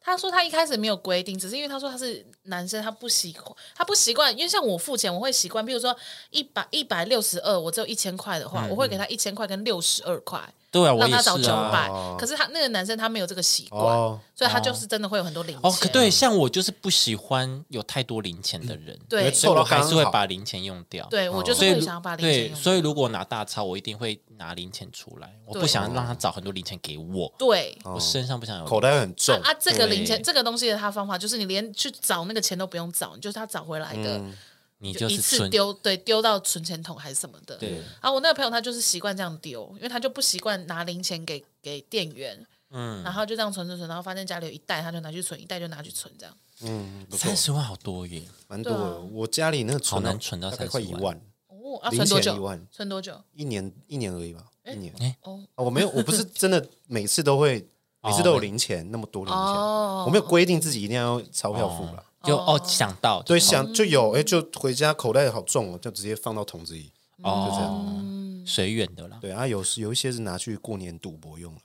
[SPEAKER 3] 他说他一开始没有规定，只是因为他说他是男生，他不习惯，他不习惯，因为像我付钱，我会习惯，比如说一百一百六十二，我只有一千块的话，我会给他一千块跟六十二块，
[SPEAKER 2] 对啊，我
[SPEAKER 3] 让
[SPEAKER 2] 也
[SPEAKER 3] 他找
[SPEAKER 2] 是
[SPEAKER 3] 九
[SPEAKER 2] 啊。
[SPEAKER 3] 百、可是他那个男生他没有这个习惯，
[SPEAKER 1] 哦
[SPEAKER 3] 所以他就是真的会有很多零钱。
[SPEAKER 2] 哦，可对，像我就是不喜欢有太多零钱的人，
[SPEAKER 3] 对
[SPEAKER 1] 嗯因为凑
[SPEAKER 2] 所以我
[SPEAKER 1] 了
[SPEAKER 2] 还
[SPEAKER 1] 刚
[SPEAKER 2] 是会
[SPEAKER 1] 好
[SPEAKER 2] 把零钱用掉。
[SPEAKER 3] 对我就是
[SPEAKER 2] 所以
[SPEAKER 3] 会
[SPEAKER 2] 如
[SPEAKER 3] 想要把零钱
[SPEAKER 2] 对，
[SPEAKER 3] 用掉
[SPEAKER 2] 所以如果拿大钞，我一定会拿零钱出来，我不
[SPEAKER 3] 对
[SPEAKER 2] 想让他找很多零钱给我，
[SPEAKER 3] 对。
[SPEAKER 2] 我身上不想有
[SPEAKER 1] 哦口袋很重，
[SPEAKER 3] 啊，这个零钱
[SPEAKER 2] 对
[SPEAKER 3] 这个东西的他方法就是你连去找那个钱都不用找，你就是他找回来的，
[SPEAKER 1] 嗯
[SPEAKER 2] 你
[SPEAKER 3] 就
[SPEAKER 2] 就
[SPEAKER 3] 一
[SPEAKER 2] 是
[SPEAKER 3] 次
[SPEAKER 2] 存
[SPEAKER 3] 丢对丢到存钱筒还是什么的。
[SPEAKER 2] 对
[SPEAKER 3] 啊，我那个朋友他就是习惯这样丢，因为他就不习惯拿零钱给给店员，嗯，然后就这样存存存，然后发现家里有一袋，他就拿去存，一袋就拿去存，这样
[SPEAKER 1] 嗯，不错
[SPEAKER 2] 三，十万，好多耶！
[SPEAKER 1] 蛮多
[SPEAKER 3] 对
[SPEAKER 1] 的。
[SPEAKER 3] 啊
[SPEAKER 1] 我家里那个存哦
[SPEAKER 2] 好难存到
[SPEAKER 1] 大概快一
[SPEAKER 2] 30
[SPEAKER 1] 万，
[SPEAKER 3] 哦，要、
[SPEAKER 1] 零
[SPEAKER 3] 存多
[SPEAKER 1] 钱一
[SPEAKER 3] 久
[SPEAKER 1] 万？
[SPEAKER 3] 存多久？
[SPEAKER 1] 一年一年而已吧，一年。
[SPEAKER 3] 哦
[SPEAKER 1] 啊我没有，我不是真的每次都 会，
[SPEAKER 2] 哦
[SPEAKER 1] 每次都有零钱，那么多零钱，
[SPEAKER 3] 哦
[SPEAKER 1] 我没有规定自己一定要用钞票付啦。
[SPEAKER 2] 就哦想到
[SPEAKER 1] 对，
[SPEAKER 2] 就
[SPEAKER 1] 想就有，哎，就回家口袋好重哦，就直接放到桶子里。
[SPEAKER 2] 哦
[SPEAKER 1] 就这
[SPEAKER 2] 样随缘的啦。
[SPEAKER 1] 对啊，有有一些是拿去过年赌博用了，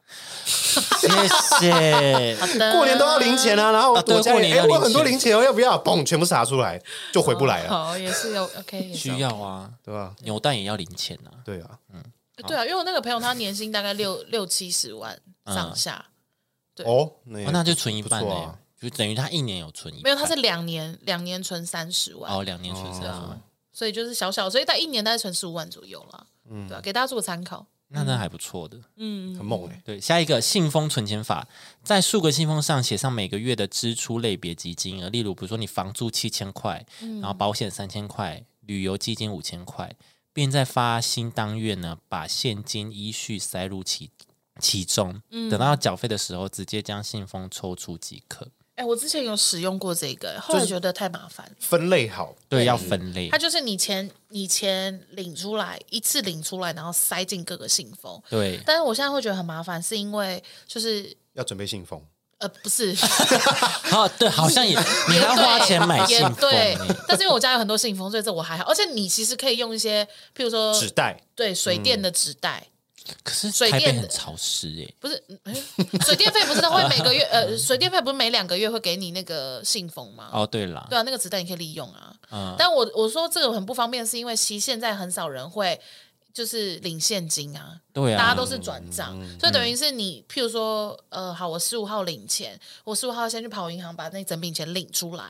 [SPEAKER 2] 谢 谢。
[SPEAKER 3] 呃
[SPEAKER 1] 过年都要零钱啊，然后
[SPEAKER 2] 啊对
[SPEAKER 1] 我家
[SPEAKER 2] 过
[SPEAKER 1] 里
[SPEAKER 2] 年要
[SPEAKER 1] 哎，我
[SPEAKER 2] 零
[SPEAKER 1] 很多
[SPEAKER 2] 钱
[SPEAKER 1] 零钱哦，要不要？嘣，全部撒出来就回不来了，啊
[SPEAKER 3] 好，哦也是有 OK，也是
[SPEAKER 2] 需要啊，
[SPEAKER 1] 对吧？
[SPEAKER 2] 扭蛋也要零钱啊。
[SPEAKER 1] 对啊，
[SPEAKER 3] 对啊，因为我那个朋友他年薪大概六六七十万上下，对
[SPEAKER 1] 哦，那也
[SPEAKER 2] 哦，那就存一半
[SPEAKER 1] 不
[SPEAKER 2] 嘞、
[SPEAKER 1] 错啊
[SPEAKER 2] 就等于他一年有存一半。
[SPEAKER 3] 没有，他是两年两年存三十万，
[SPEAKER 2] 哦，两年存三十万，
[SPEAKER 3] 所以就是小小，所以他一年大概存十五万左右了，嗯，对、啊，给大家做个参考。
[SPEAKER 2] 那那还不错的。
[SPEAKER 1] 很猛哎。
[SPEAKER 2] 对，下一个信封存钱法，在数个信封上写上每个月的支出类别及金额，例如比如说你房租七千块，
[SPEAKER 3] 嗯
[SPEAKER 2] 然后保险三千块，旅游基金五千块，并在发薪当月呢，把现金依序塞入其其中，
[SPEAKER 3] 嗯
[SPEAKER 2] 等到缴费的时候，直接将信封抽出即可。
[SPEAKER 3] 哎、我之前有使用过这个，后来觉得太麻烦。
[SPEAKER 1] 分类好，
[SPEAKER 2] 对，
[SPEAKER 3] 嗯
[SPEAKER 2] 要分类
[SPEAKER 3] 它。就是你钱你钱领出来一次领出来，然后塞进各个信封。
[SPEAKER 2] 对，
[SPEAKER 3] 但是我现在会觉得很麻烦，是因为就是
[SPEAKER 1] 要准备信封。
[SPEAKER 3] 呃不是
[SPEAKER 2] 好，对，好像 也你还要花钱买信
[SPEAKER 3] 也
[SPEAKER 2] 封
[SPEAKER 3] 对
[SPEAKER 2] 欸，，
[SPEAKER 3] 但是因为我家有很多信封，所以这我还好。而且你其实可以用一些，譬如说
[SPEAKER 1] 纸袋，
[SPEAKER 3] 对水电的纸袋，
[SPEAKER 2] 可是
[SPEAKER 3] 水
[SPEAKER 2] 台北
[SPEAKER 3] 电
[SPEAKER 2] 很
[SPEAKER 3] 的
[SPEAKER 2] 潮湿哎。
[SPEAKER 3] 不是、嗯哎水电费不是都会每个月呃水电费不是每两个月会给你那个信封吗？
[SPEAKER 2] 哦，对啦，
[SPEAKER 3] 对啊，那个纸袋你可以利用啊。但我我说这个很不方便，是因为其实现在很少人会就是领现金啊，
[SPEAKER 2] 对啊嗯
[SPEAKER 3] 大家都是转账，所以等于是你，譬如说，呃，好，我十五号领钱，我十五号先去跑银行把那整笔钱领出来，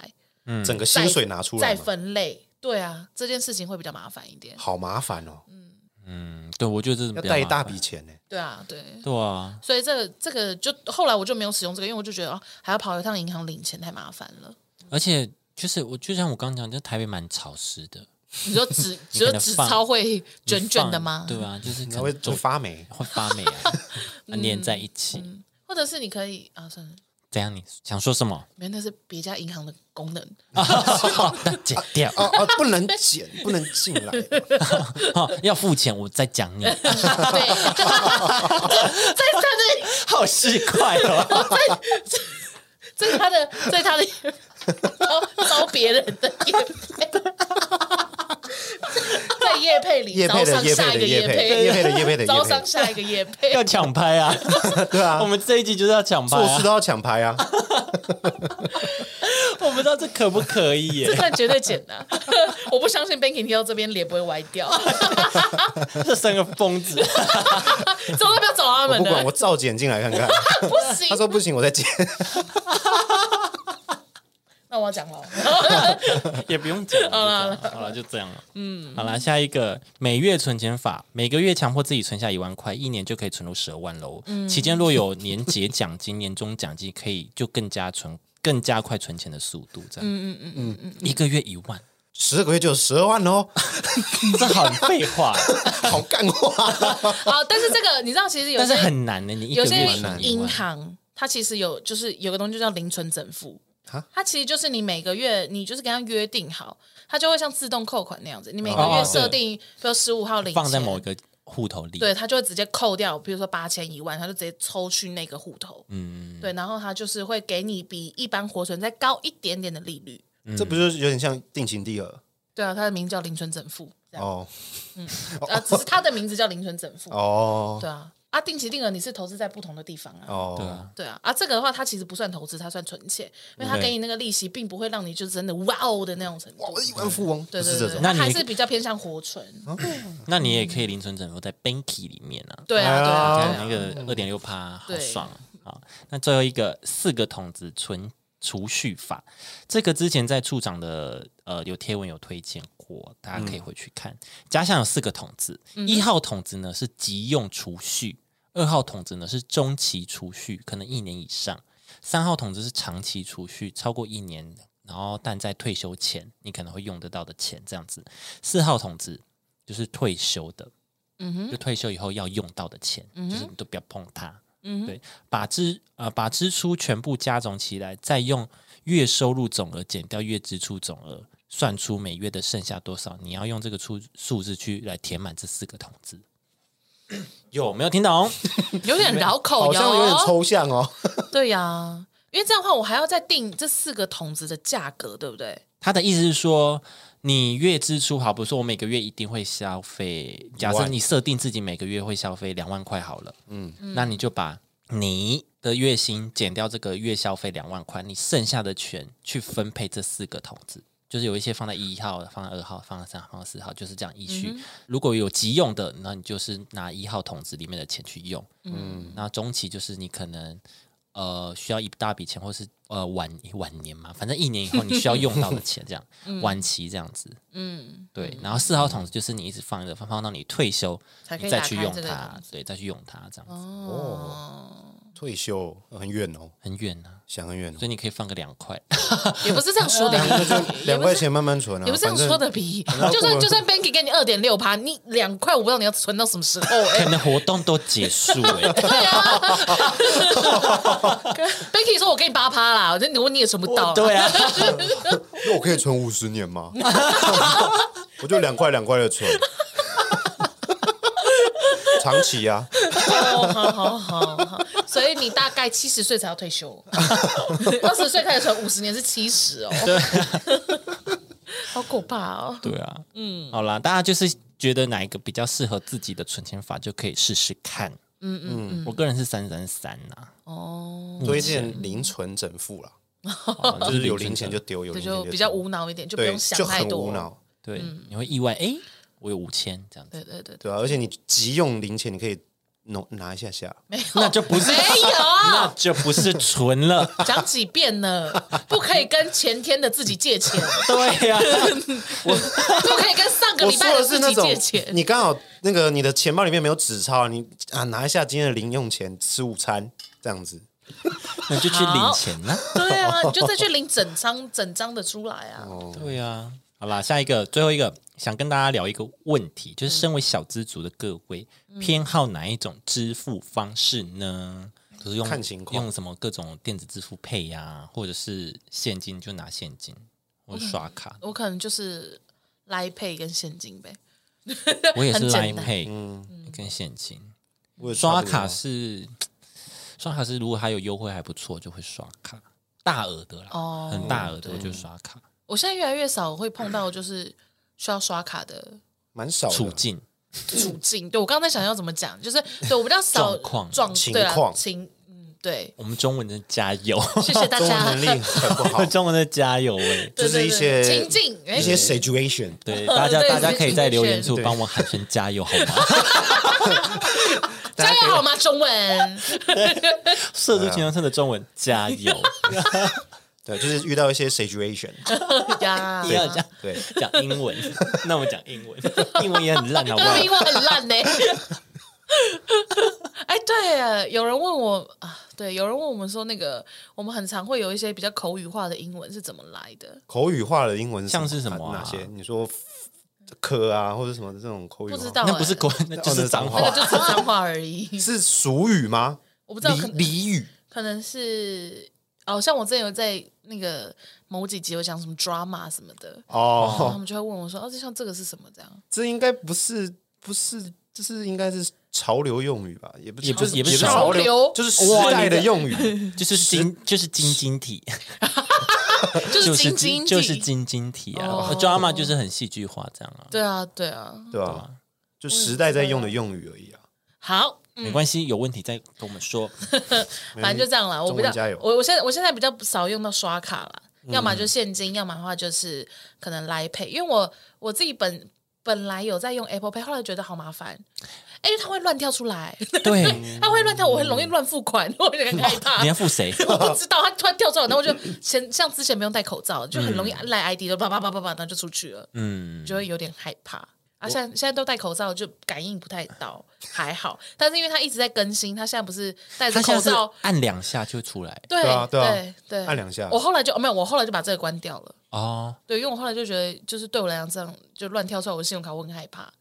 [SPEAKER 2] 嗯
[SPEAKER 1] 整个
[SPEAKER 3] 再
[SPEAKER 1] 薪水拿出来
[SPEAKER 3] 再
[SPEAKER 1] 嘛，
[SPEAKER 3] 分类。对啊，这件事情会比较麻烦一点。
[SPEAKER 1] 好麻烦哦，
[SPEAKER 2] 嗯，对，我觉得这是
[SPEAKER 1] 要
[SPEAKER 2] 比较
[SPEAKER 1] 带一
[SPEAKER 2] 麻
[SPEAKER 1] 大
[SPEAKER 2] 烦。
[SPEAKER 1] 笔钱呢。
[SPEAKER 3] 对啊，对，
[SPEAKER 2] 对啊，
[SPEAKER 3] 所以这个这个就后来我就没有使用这个，因为我就觉得哦，还要跑一趟银行领钱太麻烦了。
[SPEAKER 2] 而且就是我就像我刚刚讲，就台北蛮潮湿的，
[SPEAKER 3] 你 说纸，你
[SPEAKER 2] 可
[SPEAKER 3] 说
[SPEAKER 2] 能
[SPEAKER 3] 纸
[SPEAKER 2] 放
[SPEAKER 3] 钞会卷
[SPEAKER 2] 你
[SPEAKER 3] 卷
[SPEAKER 2] 放
[SPEAKER 3] 的吗？
[SPEAKER 2] 对啊，就是
[SPEAKER 1] 你
[SPEAKER 2] 可
[SPEAKER 1] 还会
[SPEAKER 2] 能走
[SPEAKER 1] 会发霉，
[SPEAKER 2] 会发霉啊，啊粘在一起。
[SPEAKER 3] 或者是你可以啊，算了。
[SPEAKER 2] 怎样？你想说什么？
[SPEAKER 3] 没有，那是别家银行的功能。
[SPEAKER 2] 那剪掉
[SPEAKER 1] 哦哦，不能捡，不能进来。
[SPEAKER 2] 哦，要付钱，我再讲你。
[SPEAKER 3] 对， 在他的
[SPEAKER 2] 好市侩哦，
[SPEAKER 3] 在他的在他的招招别人的业配，在业配里
[SPEAKER 1] 叶
[SPEAKER 3] 招
[SPEAKER 1] 配
[SPEAKER 3] 商
[SPEAKER 1] 的叶
[SPEAKER 3] 下
[SPEAKER 1] 配
[SPEAKER 3] 一
[SPEAKER 1] 的
[SPEAKER 3] 个
[SPEAKER 1] 叶
[SPEAKER 3] 业
[SPEAKER 1] 配，叶配的叶配的
[SPEAKER 3] 招
[SPEAKER 1] 叶
[SPEAKER 3] 商
[SPEAKER 1] 配，
[SPEAKER 3] 下一个业配
[SPEAKER 2] 要。抢拍啊！
[SPEAKER 1] 对啊
[SPEAKER 2] 我，们这一集就是要抢拍
[SPEAKER 1] 做事都
[SPEAKER 2] 啊！
[SPEAKER 1] 要抢牌啊。
[SPEAKER 2] 我不知道这可不可以
[SPEAKER 3] 这
[SPEAKER 2] 耶？
[SPEAKER 3] 段绝对剪的，我不相信 Banking 听到这边脸不会歪 掉。
[SPEAKER 2] 这三个疯子，
[SPEAKER 3] 走都不要走啊他
[SPEAKER 1] 我
[SPEAKER 3] 们
[SPEAKER 1] 不管，
[SPEAKER 3] 的
[SPEAKER 1] 我，照剪进来看看。
[SPEAKER 3] 不行
[SPEAKER 1] 他。说不行，我再剪。
[SPEAKER 3] 那我要讲了，
[SPEAKER 2] 也不用讲了，就这样好了，就这样了。嗯，好了，下一个每月存钱法，每个月强迫自己存下一万块，一年就可以存入十二万喽。期间若有年节奖金、 年终奖金，可以就更加存、更加快存钱的速度。这样，嗯嗯嗯嗯，一个月一万，
[SPEAKER 1] 十二个月就有十二万哦，
[SPEAKER 2] 这很废 话，
[SPEAKER 1] 好干啊话。
[SPEAKER 3] 好，但是这个你知道，其实有
[SPEAKER 2] 但是
[SPEAKER 3] 些
[SPEAKER 2] 很难的。你一个
[SPEAKER 3] 有些
[SPEAKER 2] 月存一
[SPEAKER 3] 银
[SPEAKER 2] 万，
[SPEAKER 3] 行它其实有就是有个东西就叫零存整付，
[SPEAKER 1] 哈
[SPEAKER 3] 它其实就是你每个月，你就是跟他约定好，它就会像自动扣款那样子。你每个
[SPEAKER 2] 哦
[SPEAKER 3] 月
[SPEAKER 2] 对
[SPEAKER 3] 设定，比如十五号零
[SPEAKER 2] 放在某一
[SPEAKER 3] 钱
[SPEAKER 2] 个户头里。
[SPEAKER 3] 对，它就会直接扣掉，比如说八千一万，它就直接抽去那个户头。
[SPEAKER 2] 嗯，
[SPEAKER 3] 对，然后它就是会给你比一般活存再高一点点的利率。
[SPEAKER 1] 这不就是有点像定情第二
[SPEAKER 3] 对啊，它的名叫零存整付，这样、
[SPEAKER 1] 哦
[SPEAKER 3] 啊，只是它的名字叫零存整付。
[SPEAKER 1] 哦
[SPEAKER 3] 对啊，啊，定期定额你是投资在不同的地方啊。
[SPEAKER 2] 对
[SPEAKER 1] 哦，
[SPEAKER 2] 啊，
[SPEAKER 3] 对啊，啊，这个的话，它其实不算投资，它算存钱，因为它
[SPEAKER 2] 对
[SPEAKER 3] 给你那个利息，并不会让你就真的哇哦的那种程度
[SPEAKER 1] 哇，。我亿万富翁
[SPEAKER 3] 对
[SPEAKER 1] 不
[SPEAKER 3] 对
[SPEAKER 1] 是
[SPEAKER 3] 对
[SPEAKER 1] 这
[SPEAKER 3] 对，
[SPEAKER 1] 种，
[SPEAKER 2] 那
[SPEAKER 3] 它还
[SPEAKER 2] 你
[SPEAKER 3] 是比较偏向活存。
[SPEAKER 2] 那你也可以零存整付在 Banky 里面啊，
[SPEAKER 3] 对啊，对啊，
[SPEAKER 1] 哎
[SPEAKER 3] 对
[SPEAKER 1] 呀
[SPEAKER 3] 啊
[SPEAKER 2] 那个二点六趴，好
[SPEAKER 3] 对
[SPEAKER 2] 爽啊！那最后一个四个筒子存储蓄法，这个之前在处长的呃有贴文有推荐过，大家可以回去看。家乡有四个筒子，
[SPEAKER 3] 嗯
[SPEAKER 2] 一号筒子呢是急用储蓄，二号筒子呢是中期储蓄，可能一年以上；三号筒子是长期储蓄，超过一年。然后，但在退休前，你可能会用得到的钱，这样子。四号筒子就是退休的，
[SPEAKER 3] 嗯哼，
[SPEAKER 2] 就退休以后要用到的钱，
[SPEAKER 3] 嗯哼
[SPEAKER 2] 就是你都不要碰它。
[SPEAKER 3] 嗯哼
[SPEAKER 2] 对，把支呃把支出全部加总起来，再用月收入总额减掉月支出总额，算出每月的剩下多少。你要用这个数数字去来填满这四个筒子。 有没有听懂？
[SPEAKER 3] 啊有点绕口
[SPEAKER 1] 好像有点
[SPEAKER 3] 哟。
[SPEAKER 1] 抽象哦。
[SPEAKER 3] 对呀、因为这样的话，我还要再定这四个筒子的价格，对不对？
[SPEAKER 2] 他的意思是说，你月支出好，比如说我每个月一定会消费，假设你设定自己每个月会消费两万块好了，嗯，那你就把你的月薪减掉这个月消费两万块，你剩下的钱去分配这四个桶子。就是有一些放在一号、放在二号、放在三号、放在四号，就是这样依序。如果有急用的，那你就是拿一号桶子里面的钱去用。嗯，那中期就是你可能呃需要一大笔钱，或是呃晚晚年嘛，反正一年以后你需要用到的钱，这样、晚期这样子。
[SPEAKER 3] 嗯，
[SPEAKER 2] 对，然后四号筒子就是你一直放着，放放到你退休，
[SPEAKER 3] 才可以
[SPEAKER 2] 你再
[SPEAKER 3] 打
[SPEAKER 2] 去
[SPEAKER 3] 开
[SPEAKER 2] 用
[SPEAKER 3] 这个
[SPEAKER 2] 它
[SPEAKER 3] 筒，子
[SPEAKER 2] 对，再去用它，这样子、
[SPEAKER 1] 嗯
[SPEAKER 3] 哦，
[SPEAKER 1] 退休很远哦，
[SPEAKER 2] 很远呢、
[SPEAKER 1] 想很远哦
[SPEAKER 2] 所以，你可以放个两块，
[SPEAKER 3] 也不是这样 说的，也
[SPEAKER 1] 两
[SPEAKER 3] 不
[SPEAKER 1] 块
[SPEAKER 3] 是
[SPEAKER 1] 钱慢慢存啊，
[SPEAKER 3] 也不是这样说的，比就算就算 Banky 给你二点六趴，你两块我不知道你要存到什么时候哎、
[SPEAKER 2] 可能活动都结束欸 了、
[SPEAKER 3] Banky 说我给你八趴啦，我觉得你你也存不 到、
[SPEAKER 2] 对 啊，
[SPEAKER 1] 反正。那我可以存五十年吗？我就两块两块的 存，长期啊，
[SPEAKER 3] 哦，好好好好，所以你大概七十岁才要 退休，二十岁开始存，五十年是七十哦，对， 好可怕哦。
[SPEAKER 2] 对啊，嗯，好啦，大家就是觉得哪一个比较适合自己的存钱法，就可以试试看。嗯嗯嗯，我个人是三三三啊呐，
[SPEAKER 3] 哦，
[SPEAKER 1] 推荐零存整付啦，
[SPEAKER 2] 哦
[SPEAKER 1] 就是有零
[SPEAKER 2] 存
[SPEAKER 1] 钱
[SPEAKER 2] 的
[SPEAKER 1] 就丢，有
[SPEAKER 3] 对，
[SPEAKER 1] 零钱就
[SPEAKER 3] 就
[SPEAKER 1] 丢
[SPEAKER 3] 比较无脑一点，就不
[SPEAKER 1] 对，
[SPEAKER 3] 用想
[SPEAKER 1] 就
[SPEAKER 3] 太
[SPEAKER 1] 很
[SPEAKER 3] 多。
[SPEAKER 1] 无脑，
[SPEAKER 2] 对，
[SPEAKER 3] 嗯
[SPEAKER 2] 你会意外，诶，我有五千这样子，
[SPEAKER 3] 对对对对，
[SPEAKER 1] 对啊，而且你急用零钱，你可以弄拿一下下，
[SPEAKER 3] 没有
[SPEAKER 2] 那就不是，
[SPEAKER 3] 哦没有啊
[SPEAKER 2] 那就不是存了，
[SPEAKER 3] 讲几遍了，不可以跟前天的自己 借钱，
[SPEAKER 2] 对呀、
[SPEAKER 3] 不可以跟上个
[SPEAKER 1] 我
[SPEAKER 3] 礼
[SPEAKER 1] 说
[SPEAKER 3] 拜
[SPEAKER 1] 的
[SPEAKER 3] 自
[SPEAKER 1] 是那
[SPEAKER 3] 己
[SPEAKER 1] 种
[SPEAKER 3] 借钱。
[SPEAKER 1] 你刚好那个你的钱包里面没有纸钞，你啊拿一下今天的零用钱吃午餐这样子，
[SPEAKER 2] 那就去领钱啦。
[SPEAKER 3] 对啊， 你就再去领整张整张的出来啊。
[SPEAKER 1] 哦
[SPEAKER 2] 对呀、好啦，下一个，最后一个，想跟大家聊一个问题，就是身为小资族的各位，偏好哪一种支付方式呢？就是用
[SPEAKER 1] 看情况
[SPEAKER 2] 用什么各种电子支付配呀、或者是现金就拿现金，或者刷卡。
[SPEAKER 3] 我可能就是来配跟现金呗。
[SPEAKER 2] 我也是
[SPEAKER 3] 很
[SPEAKER 2] Line
[SPEAKER 3] 简单
[SPEAKER 2] Pay 跟现金，
[SPEAKER 1] 我也
[SPEAKER 2] 刷
[SPEAKER 1] 差不多
[SPEAKER 2] 卡是刷卡是如果还有优惠还不错，就会刷卡，大额的啦，
[SPEAKER 3] 哦
[SPEAKER 1] 嗯
[SPEAKER 2] 很大额的我就刷卡。
[SPEAKER 3] 我现在越来越少会碰到就是需要刷卡的
[SPEAKER 1] 蛮少的
[SPEAKER 2] 处境
[SPEAKER 3] 处境。对我刚才想要怎么讲，就是对我比较少
[SPEAKER 2] 状况
[SPEAKER 3] 状
[SPEAKER 1] 情
[SPEAKER 3] 对啊
[SPEAKER 1] 况
[SPEAKER 3] 情嗯对，
[SPEAKER 2] 我们中文的加油，，
[SPEAKER 3] 谢谢大
[SPEAKER 1] 中文
[SPEAKER 3] 家。
[SPEAKER 1] 能力 很不好
[SPEAKER 2] 中文的加油哎、
[SPEAKER 1] 就
[SPEAKER 3] 对
[SPEAKER 1] 是
[SPEAKER 3] 对
[SPEAKER 1] 一
[SPEAKER 3] 对
[SPEAKER 1] 些
[SPEAKER 3] 情境哎
[SPEAKER 1] 一些 situation，
[SPEAKER 2] 对，大家
[SPEAKER 3] 对
[SPEAKER 2] 大家
[SPEAKER 3] 是
[SPEAKER 2] 可以在留言处
[SPEAKER 1] 对
[SPEAKER 2] 帮我喊声加油好 吗？
[SPEAKER 1] 大
[SPEAKER 3] 加
[SPEAKER 1] 家可以
[SPEAKER 3] 油好吗？中文
[SPEAKER 2] 射出情商车的中文加 油，
[SPEAKER 1] 对，就是遇到一些 situation，
[SPEAKER 3] 呀，
[SPEAKER 2] 不要讲
[SPEAKER 1] 对，
[SPEAKER 2] 讲英文， 那我讲英文， 英文也很烂好不好
[SPEAKER 3] 那？英文很烂呢、 哎，对耶，有人问我啊，对，有人问我们说，那个我们很常会有一些比较口语化的英文是怎么来的？
[SPEAKER 1] 口语化的英文
[SPEAKER 2] 像是什么啊
[SPEAKER 1] 哪些？你说科啊，或者什么这种口语化？
[SPEAKER 3] 不知道、哎哎
[SPEAKER 2] 那不是国，那就是脏
[SPEAKER 1] 那
[SPEAKER 3] 那
[SPEAKER 2] 话
[SPEAKER 1] 个
[SPEAKER 3] 个，就只是脏话而已。
[SPEAKER 1] 是俗语吗？
[SPEAKER 3] 我不知道，可
[SPEAKER 1] 俚
[SPEAKER 3] 能
[SPEAKER 1] 俚语
[SPEAKER 3] 可能是哦，像我之前有在那个某几集有讲什么 drama 什么的，然后他
[SPEAKER 1] 哦，
[SPEAKER 3] 们就会问我说：“哦，这像这个是什么？”这样
[SPEAKER 1] 这应该不是不是，这是应该是潮流用语吧？也不
[SPEAKER 2] 也不是
[SPEAKER 1] 也
[SPEAKER 2] 也不是
[SPEAKER 1] 潮
[SPEAKER 3] 潮流
[SPEAKER 1] 就是时代的用 语。
[SPEAKER 2] 就是晶就是晶晶体，
[SPEAKER 3] 就
[SPEAKER 2] 哦 呃就是是
[SPEAKER 3] 晶晶体，
[SPEAKER 2] 就是晶晶体啊、
[SPEAKER 3] 哦
[SPEAKER 2] d r a m a 就是很戏剧化这样啊，
[SPEAKER 3] 对啊，对啊。
[SPEAKER 1] 对吧？就时代在用的用语而已啊。
[SPEAKER 3] 好，嗯
[SPEAKER 2] 没关系，有问题再跟我们 说。
[SPEAKER 3] 反正就这样了。我比
[SPEAKER 1] 中文加
[SPEAKER 3] 较
[SPEAKER 1] 油，
[SPEAKER 3] 我我现在我现在比较少用到刷卡了，
[SPEAKER 2] 嗯
[SPEAKER 3] 要么就现金，要么的话就是可能来 pay，因为我我自己本本来有在用 Apple Pay，后来觉得好麻烦，哎因为它会乱跳出来，
[SPEAKER 2] 对，
[SPEAKER 3] 它会乱跳，我很容易乱付款， 我有点害怕
[SPEAKER 2] 你。要付谁？
[SPEAKER 3] 我不知道，它突然跳出来，然后 我就前像之前不用戴口罩，就很容易
[SPEAKER 1] 嗯
[SPEAKER 3] 赖 ID 就叭叭叭叭叭，然后就出去了，
[SPEAKER 2] 嗯，
[SPEAKER 3] 就会有点害怕。啊，现在现在都戴口罩，就感应不太到，还好。但是因为它一直在更新，它现在不是戴着
[SPEAKER 2] 他现
[SPEAKER 3] 口
[SPEAKER 2] 在是
[SPEAKER 3] 罩
[SPEAKER 2] 按两下就出来
[SPEAKER 3] 对
[SPEAKER 1] 对啊对
[SPEAKER 3] 对
[SPEAKER 1] 啊
[SPEAKER 3] 对
[SPEAKER 1] 按两下
[SPEAKER 3] 我后来就哦没有，我后来就把这个关掉了。
[SPEAKER 2] 哦，
[SPEAKER 3] 对，因为我后来就觉得，就是对我来讲，这样就乱跳出来我的信用卡，我很害怕。。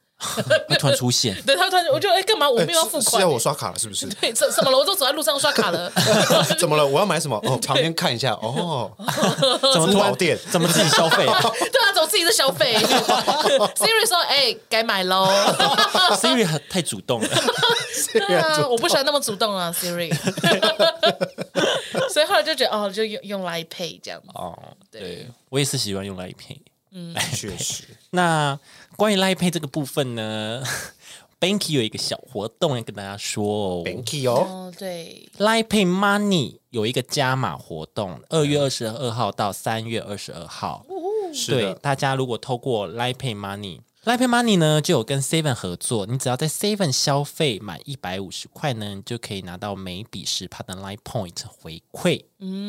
[SPEAKER 2] 会突然出现
[SPEAKER 3] 对，他突然就我就哎，干嘛？我没有要付
[SPEAKER 1] 是是
[SPEAKER 3] 款、
[SPEAKER 1] 要欸我刷卡了是 不是？ 啊
[SPEAKER 3] 对，怎什么了？我都走在路上刷卡 了。
[SPEAKER 1] 怎么了？我要买什么？哦，旁边看一下。 哦，
[SPEAKER 2] 怎么突
[SPEAKER 1] 淘
[SPEAKER 2] 然
[SPEAKER 1] 宝店
[SPEAKER 2] 怎么自己消 费
[SPEAKER 3] 对啊，走自己的消费。Siri 说：“哎、该买喽。
[SPEAKER 2] ？Siri 很太主动了，”
[SPEAKER 3] 对啊，我不喜欢那么主 动啊，Siri。所以后来就觉得哦，就用用来 pay 这样子。
[SPEAKER 2] 哦，
[SPEAKER 3] 对，
[SPEAKER 2] 我也是喜欢用来配。
[SPEAKER 1] 哎确实，
[SPEAKER 2] 那关于赖配这个部分呢 ，Banky 有一个小活动要跟大家说哦。
[SPEAKER 1] Banky 哦，
[SPEAKER 3] 哦，对，
[SPEAKER 2] Line Pay Money 有一个加码活动，二月二十二号到三月二十二号。
[SPEAKER 1] 是
[SPEAKER 2] 对，
[SPEAKER 1] 的，
[SPEAKER 2] 大家如果透过 Line Pay Money。Line Pay Money 呢，就有跟 Seven 合作，你只要在 Seven 消费满一百五十块呢，你就可以拿到每笔十帕的 Line Point 回馈。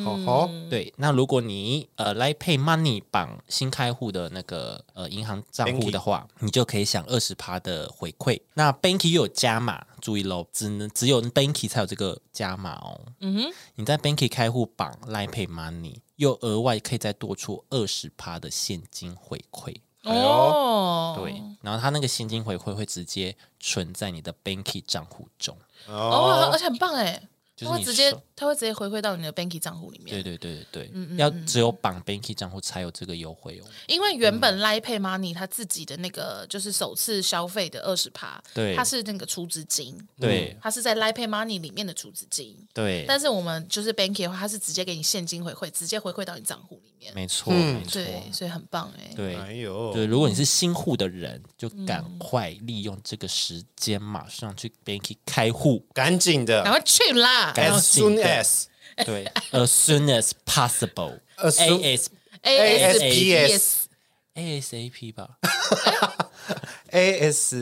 [SPEAKER 1] 好好，
[SPEAKER 3] 嗯
[SPEAKER 2] 对，那如果你呃 Line Pay Money 绑新开户的那个呃银行账户的话，你就可以享二十趴的回馈。那 Banky 又有加码，注意喽，只能只有 Banky 才有这个加码哦。嗯哼，你在 Banky 开户绑 Line Pay Money，又额外可以再多出二十趴的现金回馈。
[SPEAKER 1] 哎呦
[SPEAKER 3] 哦，
[SPEAKER 2] 对，然后它那个现金回馈会直接存在你的 Banky 账户中。
[SPEAKER 3] 哦，
[SPEAKER 1] 哦，
[SPEAKER 3] 而且很棒哎，
[SPEAKER 2] 就是
[SPEAKER 3] 它会
[SPEAKER 2] 你
[SPEAKER 3] 直接
[SPEAKER 2] 手
[SPEAKER 3] 它会直接回馈到你的 Banky 账户里面
[SPEAKER 2] 对。对对对对，
[SPEAKER 3] 嗯
[SPEAKER 2] 要只有绑 Banky 账户才有这个优惠哦。
[SPEAKER 3] 因为原本 Line Pay Money 它自己的那个就是首次消费的二十趴，
[SPEAKER 2] 对
[SPEAKER 3] 它是那个储值金，
[SPEAKER 2] 对
[SPEAKER 3] 它是在 Line Pay Money 里面的储值金。
[SPEAKER 2] 对，
[SPEAKER 3] 但是我们就是 Banky 的话，它是直接给你现金回馈，直接回馈到你账户里面。
[SPEAKER 2] 没错，
[SPEAKER 1] 嗯
[SPEAKER 2] 没错，
[SPEAKER 3] 对，所以很棒哎、
[SPEAKER 2] 对
[SPEAKER 1] 哎呦，
[SPEAKER 2] 对。如果你是新户的人，就
[SPEAKER 3] 嗯
[SPEAKER 2] 赶快利用这个时间，马上去 Banky 开户，
[SPEAKER 1] 赶紧
[SPEAKER 3] 赶
[SPEAKER 1] 的
[SPEAKER 3] 快去啦
[SPEAKER 1] ，as
[SPEAKER 2] 赶快
[SPEAKER 1] soon as
[SPEAKER 2] 对 ，as soon as possible。
[SPEAKER 1] As soon-
[SPEAKER 2] A S
[SPEAKER 1] ASPS
[SPEAKER 2] A S A P 吧，
[SPEAKER 1] as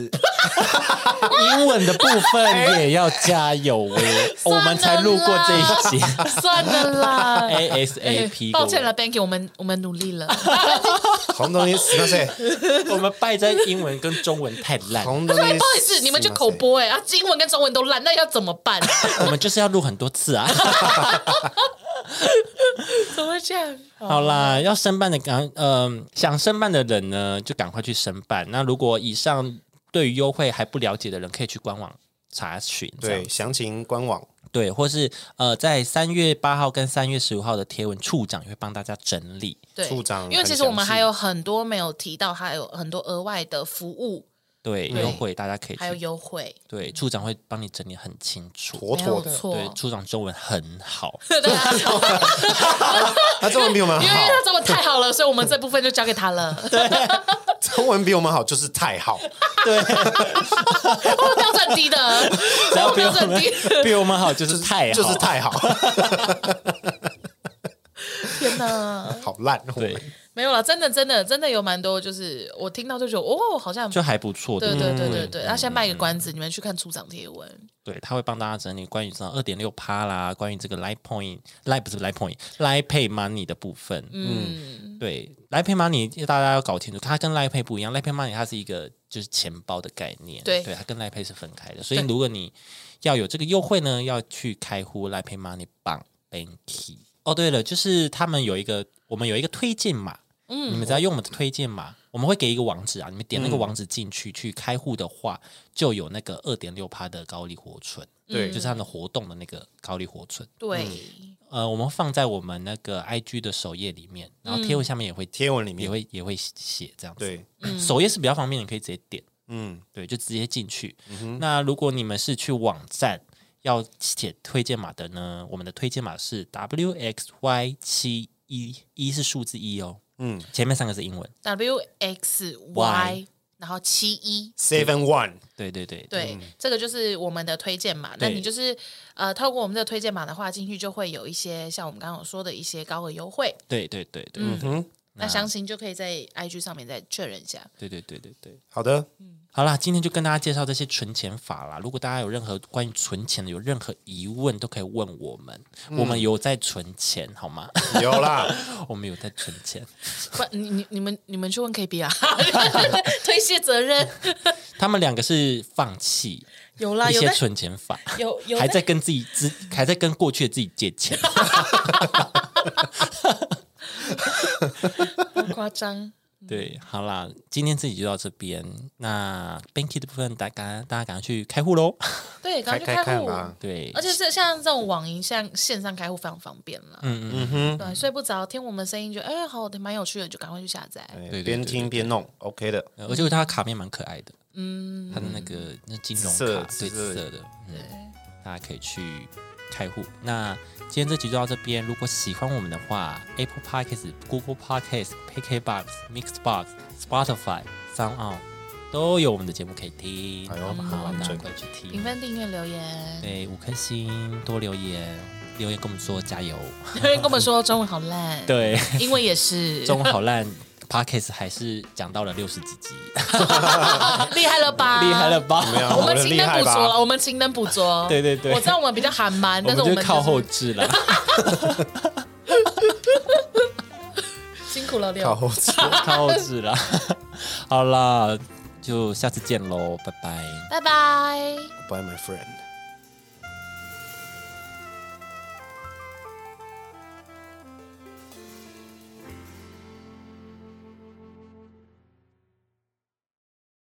[SPEAKER 2] 英文的部分也要加油 喂，我们才路过这一集
[SPEAKER 3] 算了啦哎
[SPEAKER 2] A S A P，
[SPEAKER 3] 抱歉了，Banky，我们我们努力了。
[SPEAKER 1] 红 东西，すみません，
[SPEAKER 2] 我们败在英文跟中文太 烂，
[SPEAKER 1] 红东西，
[SPEAKER 3] 不好意思，你们就口播哎、啊，英文跟中文都烂，那要怎么办？
[SPEAKER 2] 我们就是要录很多次啊。
[SPEAKER 3] 怎么会这样？
[SPEAKER 2] 好啦，要申办的赶，嗯、想申办的人呢，就赶快去申办。那如果以上对于优惠还不了解的人，可以去官网查询，
[SPEAKER 1] すみませ
[SPEAKER 2] 这
[SPEAKER 1] ん，
[SPEAKER 2] 样
[SPEAKER 1] 对，详情官网
[SPEAKER 2] 对，或是呃，在三月八号跟三月十五号的贴文，处长也会帮大家整理。
[SPEAKER 3] 对，
[SPEAKER 1] 处长
[SPEAKER 3] 因为
[SPEAKER 1] 很
[SPEAKER 3] 其实我们
[SPEAKER 1] 详细
[SPEAKER 3] 还有很多没有提到，还有很多额外的服务，
[SPEAKER 2] 对，
[SPEAKER 3] 对
[SPEAKER 2] 优惠大家可以
[SPEAKER 3] 还有
[SPEAKER 2] 去。
[SPEAKER 3] 优惠，
[SPEAKER 2] 对，处长会帮你整理很清楚。
[SPEAKER 1] 妥
[SPEAKER 3] 没
[SPEAKER 1] 妥
[SPEAKER 3] 有
[SPEAKER 1] 的，
[SPEAKER 3] 错。
[SPEAKER 2] 对，处长中文很好。
[SPEAKER 3] 对啊，
[SPEAKER 1] 他中文比我们
[SPEAKER 3] 因为
[SPEAKER 1] 好，
[SPEAKER 3] 他中文太好了，所以我们这部分就交给他了。
[SPEAKER 2] 哎
[SPEAKER 1] 中文比我们好就是太好，
[SPEAKER 3] 我标准低的，
[SPEAKER 2] 只要比
[SPEAKER 3] 标
[SPEAKER 2] 我
[SPEAKER 3] 准
[SPEAKER 2] 们
[SPEAKER 3] 低。
[SPEAKER 2] 比我们好，就是太好，
[SPEAKER 1] 就是太 好，
[SPEAKER 3] 天哪，
[SPEAKER 1] 好烂，我
[SPEAKER 2] 对嗯
[SPEAKER 1] 们，
[SPEAKER 3] 没有了，真的真的真的有蛮多，就是我听到就觉得哦，好像。
[SPEAKER 2] 就还不错。
[SPEAKER 3] 对
[SPEAKER 2] 不
[SPEAKER 3] 对对对对，那先卖个关子，你们去看处长贴文。
[SPEAKER 2] 对，他会帮大家整理关于这二点六趴啦，关于这个 Line Point、Line 不是 Line Point、Line Pay Money 的部分。嗯，对，Line Pay Money 大家要搞清楚，它跟 Line Pay 不一样，Line Pay Money 它是一个就是钱包的概念，
[SPEAKER 3] 对
[SPEAKER 2] 它跟 Line Pay 是分开的。所以
[SPEAKER 3] 对
[SPEAKER 2] 如果你要有这个优惠呢，要去开户 Line Pay Money 绑 Banky。哦，对了，就是他们有一个，我们有一个推荐码，嗯，你们只要用我们的推荐码我们会给一个网址啊，你们点
[SPEAKER 3] 嗯
[SPEAKER 2] 那个网址进去、去开户的话，就有那个二点六趴的高利活存，
[SPEAKER 1] 对
[SPEAKER 2] 就是他们的活动的那个高利活存。
[SPEAKER 3] 对，
[SPEAKER 2] 呃，我们放在我们那个 IG 的首页里面，然后贴文下面也会、
[SPEAKER 1] 贴文里
[SPEAKER 2] 也
[SPEAKER 1] 面，
[SPEAKER 2] 会也会写这样子。
[SPEAKER 1] 对，
[SPEAKER 2] 首页是比较方便，你可以直接点，
[SPEAKER 1] 嗯，
[SPEAKER 2] 对，就直接进去。那如果你们是去网站要写推荐码的呢，我们的推荐码是 WXY 七一，一是数字一哦，嗯
[SPEAKER 1] 嗯，
[SPEAKER 2] 前面三个是英文，
[SPEAKER 3] W X Y，然后七一。
[SPEAKER 1] seven one，
[SPEAKER 2] 对对对，
[SPEAKER 3] 对，这个就是我们的推荐码。那
[SPEAKER 2] 对
[SPEAKER 3] 你就是呃，透过我们的推荐码的话，进去就会有一些像我们刚刚有说的一些高额优惠。
[SPEAKER 2] 对对对对，
[SPEAKER 1] 嗯
[SPEAKER 3] 那详情就可以在 IG 上面再确认一下。
[SPEAKER 2] 对对对对对。
[SPEAKER 1] 好 的，
[SPEAKER 2] 好啦，今天就跟大家介绍这些存钱法啦。如果大家有任何关于存钱的有任何疑问，都可以问我们，
[SPEAKER 3] 嗯
[SPEAKER 2] 我们有在存钱，好吗？
[SPEAKER 1] 有啦，
[SPEAKER 2] 我们有在存钱，
[SPEAKER 3] 不，你你你们你们去问 KB 啊，推卸责任。
[SPEAKER 2] 他们两个是放弃
[SPEAKER 3] 有啦，
[SPEAKER 2] 一
[SPEAKER 3] 有
[SPEAKER 2] 些
[SPEAKER 3] 在
[SPEAKER 2] 存钱法，
[SPEAKER 3] 有有
[SPEAKER 2] 还在跟自己自还在跟过去的自己借钱。
[SPEAKER 3] 好夸张。
[SPEAKER 2] 对，好啦，今天自己就到这边。那 Banky 的部分，大家大家赶快去开户喽。
[SPEAKER 3] 对，赶
[SPEAKER 1] 开
[SPEAKER 3] 快去
[SPEAKER 1] 开看
[SPEAKER 3] 户。
[SPEAKER 1] 啦，
[SPEAKER 2] 对
[SPEAKER 3] 而，且是像这种网银，像线上开户非常方便了。嗯嗯嗯，对，睡不着，听我们声音觉得哎好，蛮有趣的，就赶快去下载。
[SPEAKER 1] 哎
[SPEAKER 2] 对对
[SPEAKER 1] 边听边弄，OK 的，
[SPEAKER 2] 呃我觉得他的卡面蛮可爱的，嗯，他的那个那金融
[SPEAKER 1] 紫色
[SPEAKER 2] 卡，对，
[SPEAKER 1] 紫色的
[SPEAKER 2] 紫色的，嗯，大家可以去开户。那今天这集就到这边，如果喜欢我们的话，Apple Podcasts、Google Podcasts、PKBox、Mixbox、Spotify、Sound On 都有我们的节目可以听，
[SPEAKER 1] 哎呦
[SPEAKER 2] 好不
[SPEAKER 1] 好
[SPEAKER 2] 好？
[SPEAKER 1] 完
[SPEAKER 2] 大家
[SPEAKER 1] 整
[SPEAKER 2] 快去
[SPEAKER 3] 评
[SPEAKER 2] 听，
[SPEAKER 3] 分、订阅、留言，
[SPEAKER 2] 对，五颗星，多留言，留言跟我们说加油，
[SPEAKER 3] 有 人跟我们说中文好烂，，
[SPEAKER 2] 对，
[SPEAKER 3] 英文也是，
[SPEAKER 2] 中文好烂 Podcast 还是讲到了六十几集，
[SPEAKER 3] 厉害了吧？
[SPEAKER 2] 厉害了吧？
[SPEAKER 1] 没有，
[SPEAKER 3] 我们
[SPEAKER 1] 的
[SPEAKER 3] 勤
[SPEAKER 1] 厉
[SPEAKER 3] 能
[SPEAKER 1] 害
[SPEAKER 3] 补拙
[SPEAKER 1] 吧？
[SPEAKER 3] 了，我们勤能补拙。
[SPEAKER 2] 对对对
[SPEAKER 3] 我知道我们比较 含慢，但是
[SPEAKER 2] 我们
[SPEAKER 3] 我们
[SPEAKER 2] 就
[SPEAKER 3] 就是
[SPEAKER 2] 靠后置了。
[SPEAKER 3] 辛苦了
[SPEAKER 1] 靠
[SPEAKER 3] 六，
[SPEAKER 1] 后置，
[SPEAKER 2] 超值了。 好啦，就下次见喽，拜拜。
[SPEAKER 3] 拜拜。
[SPEAKER 1] by my friend。